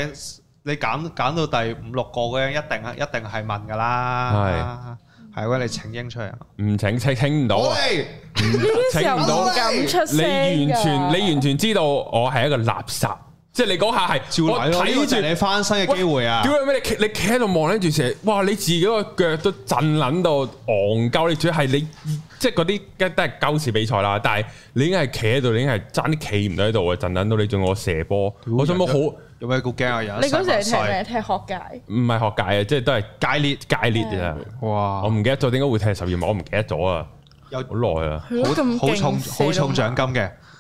你揀揀到第五六個嗰樣，一定係一定係問噶啦，係係喂，你請英出嚟啊！唔請請請唔到啊！嚟呢啲時候請唔到唔敢出你聲㗎完全你完全知道我係一個垃圾，即係你嗰下係照我嚟咯，呢個睇就係住你啊翻身嘅機會啊！屌你咩？你企你企喺度望緊住射，哇！你自己個腳都震撚到戇鳩，你主要係你即係嗰啲都係鳩屎比賽啦，但係你已經係企喺度，你已經係爭啲企唔到喺度啊！震撚到你仲要我射波，啊我想冇好唔有咩咁驚啊？有你嗰時係踢咩咩？踢學界，係學界啊，即係都係界裂？界裂啊！哇！我唔記得咗點解會踢十二碼，我唔記得咗啊，有好耐啊！佢都咁好重勁好重射到獎啊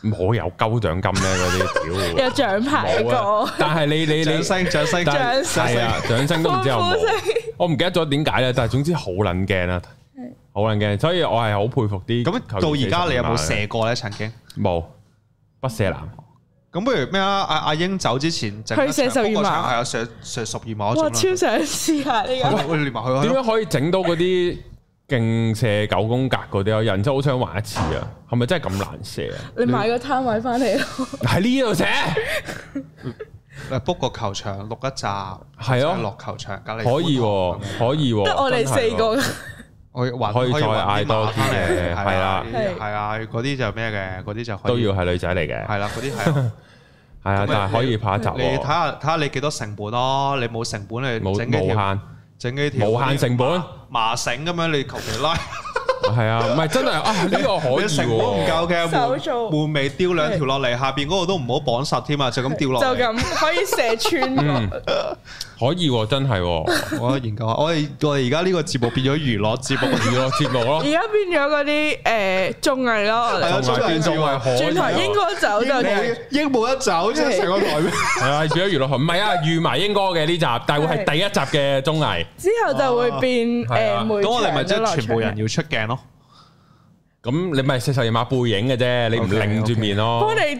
金嘅，冇有鳩獎金咧，嗰啲 有屌獎牌冇嗰啊！個，但係你你掌你聲掌聲但係掌係啊，掌聲都唔知有冇歡呼聲，我唔記得咗點解咧。但係總之好撚驚啦，好撚驚，所以我係好佩服啲咁球到員而家你有冇射射過咧？曾經？手碼嘅？冇，不射籃。咁不如咩啊？阿阿英走之前整佢射12嗰個場碼係啊，射射十二碼哇！嗰超種啦。想試下呢個。喂，連埋佢點係咯樣可以整到嗰啲勁射九宮格嗰啲啊？人真係好想玩一次啊！係咪真係咁難射啊？你買個攤位翻嚟咯，喺呢度射誒 book 個球場錄一集，係即咯係落球場隔離可以喎觀塘咁樣，可以喎，得我哋真係啊四喎個。我揾可以再揾嗌多啲碼翻嚟嘅係啦，係啦係啊，嗰啲就咩嘅，嗰啲就可以都要係女仔嚟嘅，係啦，嗰 啲係係啊，但咁係可以拍一集你喎睇。下睇下你幾多成本咯，你冇成本你冇整幾無條限，整幾條無限成本麻麻繩咁樣，你求其拉，係啊，唔係真係啊，呢個可以你成本唔夠喎。嘅，手換做換尾吊兩條落嚟，下邊嗰個都唔好綁實添啊，就咁吊落 就嚟。咁可以射穿嗯個，可以喎，真係喎，我研究下，我哋我哋而家呢個節目變咗娛樂 節目，娛樂節目咯而，家變咗嗰啲誒綜藝咯。我係啊哋同埋變做係可以喎。轉頭英哥走就英英冇得走， 即係成個台咩？係啊，變咗娛樂台，唔係啊，預埋英哥嘅呢集，但係會係係第一集嘅綜藝，之後就會變係啊誒每咁我哋咪場即 都落係場全部人要出鏡咯。咁你咪四十二碼背影嘅啫，你唔 OK，擰住面咯幫。你哦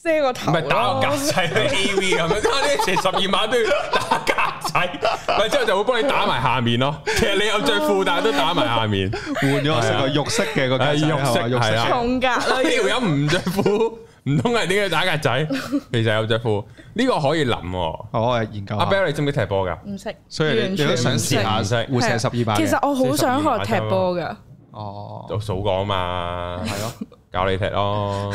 遮個哦唔頭咯，係打個格仔 A V 咁樣，加啲成十二碼都要打格仔，咪之後就會幫你打埋下面咯。其實你有着褲，但係都打埋下 面。換咗成個肉色嘅個格仔係啊係嘛肉色肉色係啊重格咯呢。條友唔着褲，唔通係點解打格仔？其實有着褲，呢個可以諗喎。我係研究阿下， Bell 你知唔知踢波㗎？唔識，所以你完你全都想唔試識啊下互射十二碼嘅。其實我好想學踢波噶，哦有數過啊嘛，係咯，教你踢 咯，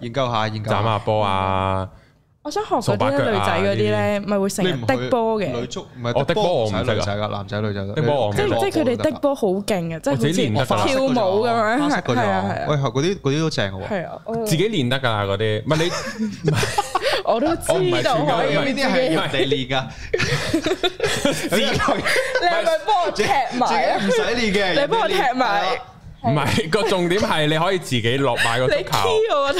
研究下研究斬下。下波啊！我想學嗰手把啲腳啊咧女仔嗰啲咧，咪會成你日唔去的波女嘅，足唔係哦的波我唔唔使識啊女仔噶，男仔女仔的波我唔即識係踢即係佢哋的波好勁啊嘅，即我自己練係得㗎好啦似跳舞咁樣，花式嗰啲係係啊啊係喂，啊，嗰啲嗰啲都正嘅喎。係啊，我自己練得㗎啦嗰啲，唔係你 我都我唔係知道全部可都以係自呢己，係你人哋 練噶，係咪幫我踢埋啊？自己唔使練啊嘅。你幫我踢埋，唔係個重點係你可以自己落買個你足 key 球我個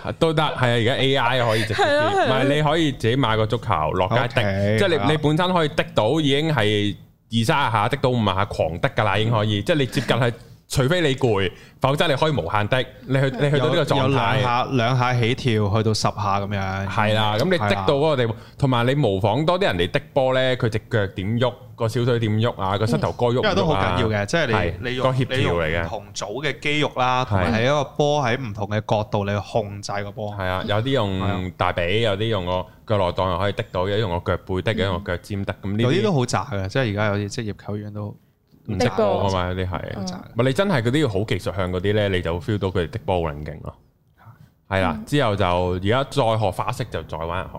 頭，都得，係啊！而家 AI 可以直接係啊啲，係啊唔係你可以自己買個足球落街 OK，滴，即係係啊你你本身可以滴到已經係二三十下滴到五十下狂滴㗎啦，已經可以，即係你接近係，除非你攰，否則你可以無限滴，你去你去到呢個有狀兩態。下兩下起跳，去到十下咁樣。係啦，咁你嗯係滴啦到嗰個地步，同埋你模仿多啲人哋滴波咧，佢只腳點喐，個小腿點喐啊，個膝頭哥喐唔喐啊，嗯因為都好緊要嘅，即係你你個用協你調用嚟唔嘅，同組嘅肌肉啦，同埋喺一個波喺唔同嘅角度你去控制個波係。啊，有啲用大髀，有啲用個腳內檔又可以滴到，有啲用個腳背滴，有啲用個腳尖滴，咁呢有啲都好渣嘅，即係而家有啲職業球員都唔滴識波波啊嘛，有啲係好渣嘅。唔係你真係嗰啲要好技術向嗰啲咧，你就 feel 到佢哋的波好撚勁咯。係嗯啦，之後就而家再學花式就再玩人學。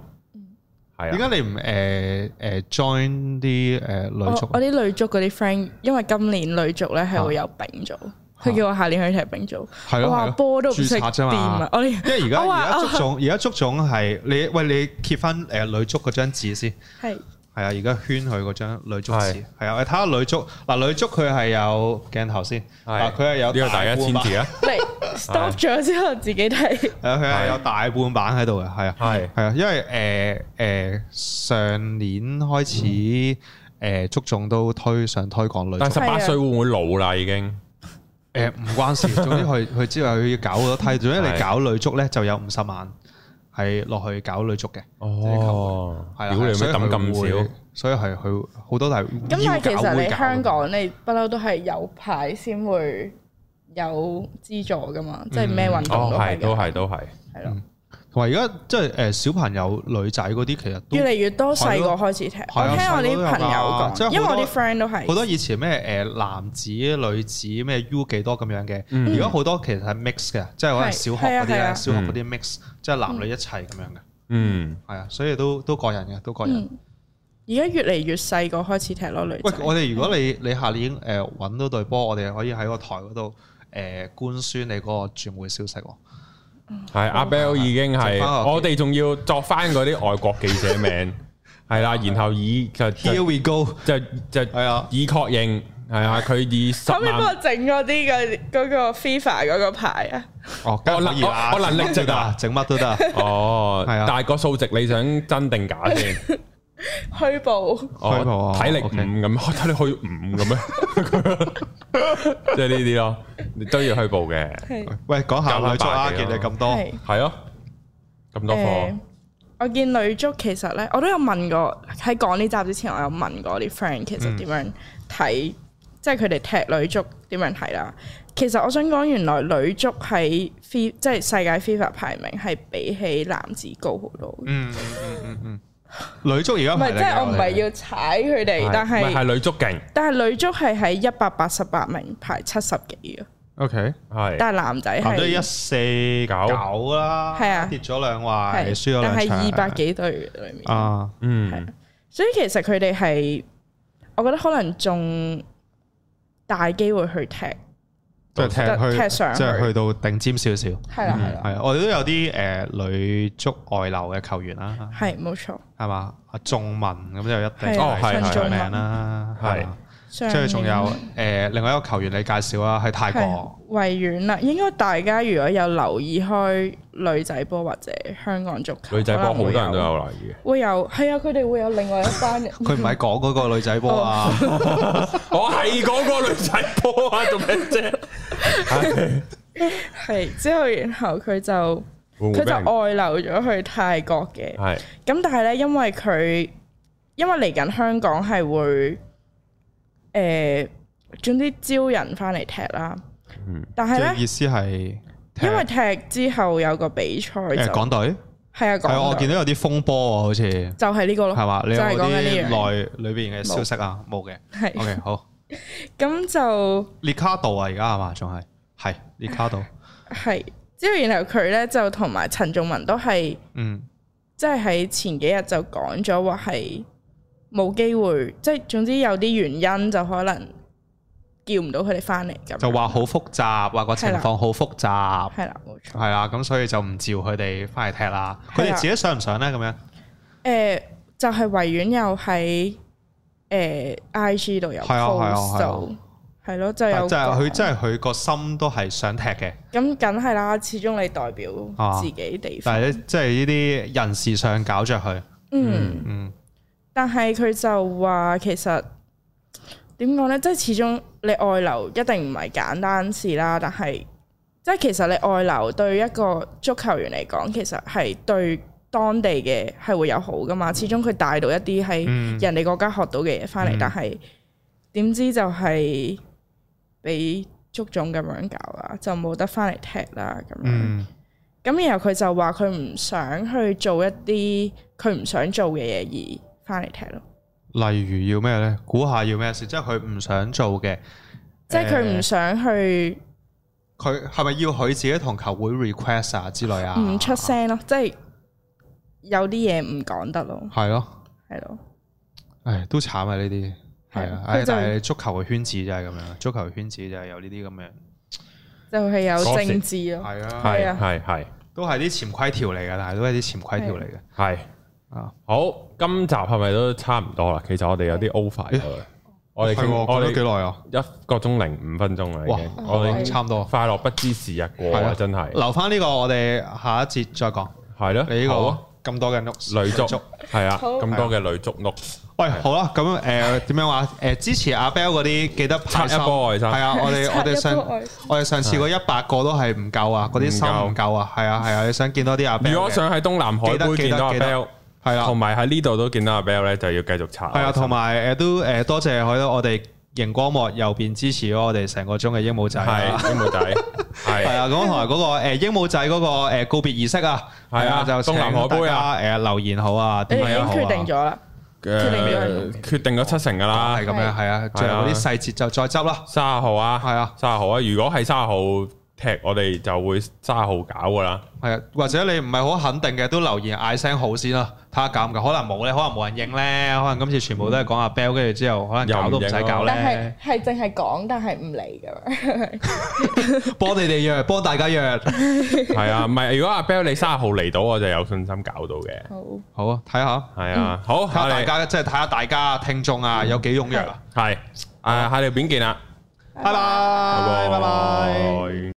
係點啊，解你唔誒誒 join 啲誒我女足我？啲女足嗰啲 friend，因為今年女足咧係會有丙組，啊佢叫我下年去踢丙組，係我咯，話係咯波都唔識註冊掂啫嘛啊！。我連因為而家我話而家哦足總而家足總係你喂你揭翻誒女足嗰張紙先。係係啊，而家圈佢嗰張女足係紙，係啊，你睇下女足嗱，女足佢係有鏡頭先，係啊，佢係有呢個大家半簽版字啊，你 stop 咗之後自己 睇，係啊，佢係係有大半版喺度嘅，係啊，係係啊，因為誒誒上年開始誒足總都推想推廣女但係足，十八歲會唔會老啦已經？誒唔 關事，總之佢佢之後佢要搞好多梯，總之你係搞女足咧就有五十萬係落去搞女足嘅，哦，係屌你啦，咩啊所以佢抌咁會少？，所以係佢好多都係咁咁但係其實你香港你不嬲都係有牌先會有資助噶嘛，嗯即係咩運動哦，都係係都嘅，係都係，係咯，同埋而家即係誒小朋友女仔嗰啲，其實都越嚟越多細個開始踢，係我啊聽我細個都有啲㗎朋即係友好講，多因為我啲 friend 都係好多以前咩誒男子、女子咩 U 幾多咁樣嘅，嗯而家好多其實係 mix 嘅，即係可能係小學嗰啲係啊係咧，啊小學嗰啲 mix，即係男女一齊咁樣嘅，嗯。係啊，所以都都過癮嘅，都過癮嗯。而家越嚟越細個開始踢咯，女喂仔，。我哋如果你你下年誒揾到隊波，我哋可以喺個台嗰度誒官宣你嗰個轉會消息喎。系阿 Bell 已經係，作返個我哋仲要作翻嗰啲外國記者名， 係啦，然後以就 Here 就 we go，就就係啊，以確認，係啊，佢以十可唔可以幫我萬，整嗰啲嘅嗰個 FIFA 嗰個牌啊？哦，梗係可以啦，我能我能力整乜都值啊得，整乜都得，哦，係啊但係個數值你想真定假先？ 虛報虛報哦啊，體力 OK 五咁， 我睇你去五咁咩？ 即係呢啲咯，你都要虛報嘅，係喂，講下女足啊，加拉巴嘅見你咁多，係係咯，咁多誒課，，呃我見女足其實咧，我都有問過喺講呢集之前，我有問過啲 friend 其實點樣睇，即係佢哋踢女足點樣睇啦。其實我想講，原來女足喺 f 即係世界 FIFA 排名係比起男子高好多嘅。嗯嗯嗯嗯嗯，女足而家唔排係，即第幾係啊我唔係要踩佢哋，但唔係係係女足勁，但係女足係喺一百八十八名排七十幾嘅， OK。係但係男仔男哦隊一係四九啦，係啊跌咗兩位，係輸咗但兩係場，二百幾隊裏面。啊，嗯，所以其實佢哋係，我覺得可能仲大機會去踢，即係踢去，踢上去即係去到頂尖少少。係嗯啦係啦，係啊，我哋都有啲誒女足外流嘅球員啦，係冇錯。係嘛？阿仲文咁就一定係啊係陳仲係出文名啦，係係嘛。即即係仲有誒另外一個球員你介紹啊，喺泰國維園啦，應該大家如果有留意開女仔波或者香港足球，女仔波好多人都可能有留意嘅。會有，會有係啊，佢哋會有另外一 班人，佢唔係講嗰個女仔波啊，我係嗰個女仔波啊，做咩啫？係之後然後佢就會唔會佢俾人就外流咗去泰國嘅，係咁但係咧，因為佢因為嚟緊香港係會誒、總之招人翻嚟踢啦。嗯但即係係咧，意思係因為踢之後有個比賽就誒係港隊啊，係啊講我見到到有啲風波喎，好似。就係呢個係咯，嘛？你有就係冇講緊呢樣啲內裏邊嘅消息啊？冇嘅。係 OK，好。咁就 列卡度啊，而家係嘛？仲係係列卡度。係之後然後佢咧就同埋陳仲文都係嗯，即係喺前幾日就講咗話係冇機會，即係總之有啲原因就可能叫唔到佢哋翻嚟咁。就話好複雜，話個情況好複雜，係啦，冇錯。係啦，咁所以就唔召佢哋翻嚟踢啦。佢係哋啊自己上唔上咧？咁樣誒、呃就係維園又喺誒 I G 度有係啊係啊 post 係啊到，係咯，就有但就係佢講嗯真係佢個心都係想踢嘅，咁梗係啦，始終你代表啊自己地方。但係即係呢啲人事上搞着佢，嗯，嗯，但係佢就話其實點講呢？即係始終你外流一定唔係簡單事啦，但係即係其實你外流對一個足球員嚟講，其實係對當地嘅係會有好噶嘛。始終佢帶到一啲係嗯人哋國家學到嘅嘢翻嚟，嗯但係點知就係俾足總咁樣搞啦，就冇得翻嚟踢啦咁樣。嗯咁然後佢就話佢唔想去做一啲佢唔想做嘅嘢而翻嚟踢咯，例如要咩咧？估下要咩事？即係佢唔想做嘅，即係佢唔想去佢係咪要佢自己同球會 request 啊之類啊？唔出，聲咯，即係有啲嘢唔講得咯，係咯，係咯，唉，都慘啊呢啲，係啊，係唉佢，就但係足球嘅圈子就係咁樣，足球嘅圈子就係有呢啲咁樣，就係有 Gossip 政治咯，係啊，係啊係係都係啲潛規條嚟嘅，但係都係啲潛規條嚟嘅。係啊好，今集係咪都差唔多啦？其實我哋有啲 over 咗啦，我哋係傾喎我講咗幾哋耐啊？一個鐘零五分鐘啦，已哇經，我我哋哋差唔多。快樂不知時日過係啊，啊真係留翻呢個我哋下一節再講。係咯，你呢好啊個咁多嘅 notes 累足係啊，好咁多嘅累足碌喂，好啦，咁誒點樣話？誒支持阿 Bell 嗰啲記得派刷一波愛心係啊，我哋我哋 刷一上波愛心我哋上次嗰一百個都係唔夠啊，嗰啲心唔夠啊，係啊係啊，你想見多啲阿 Bell 嘅如果想喺東南海記得杯記得見到阿記得 Bell，係啦同，埋喺呢度都見到阿 Bell 咧，就要繼續刷。係啊，同埋誒都誒多謝喺我哋熒光幕右邊支持咗我哋成個鐘嘅鸚鵡仔啊。 係英妹仔，係係啊，咁同埋嗰個誒鸚鵡仔嗰個誒告別儀式啊，係啊就請東南海杯啊大家誒留言好啊，你點哋樣已好經啊決定咗啦，決定咗誒決定咗七成㗎啦係，咁樣，係啊，最後嗰啲細節就再執啦，卅號啊，係啊，卅號啊，如果係卅號踢，我哋就會卅號搞㗎 啦。係啊，或者你唔係好肯定嘅，都留言嗌聲好先啦，睇下搞唔搞，可能冇咧，可能冇人應咧，可能今次全部都係講阿 Bell，跟住之後可能搞都唔使啊搞但係咧，係淨係講，但係唔嚟咁樣，幫你哋約，幫大家約，係啊，唔係如果阿 Bell 你卅號嚟到，我就有信心搞到嘅。好，好啊，睇下，係啊，好，睇下我大哋家即係睇下大家聽眾啊，有幾踴躍啊，係誒，下條片見啦，拜拜，拜拜。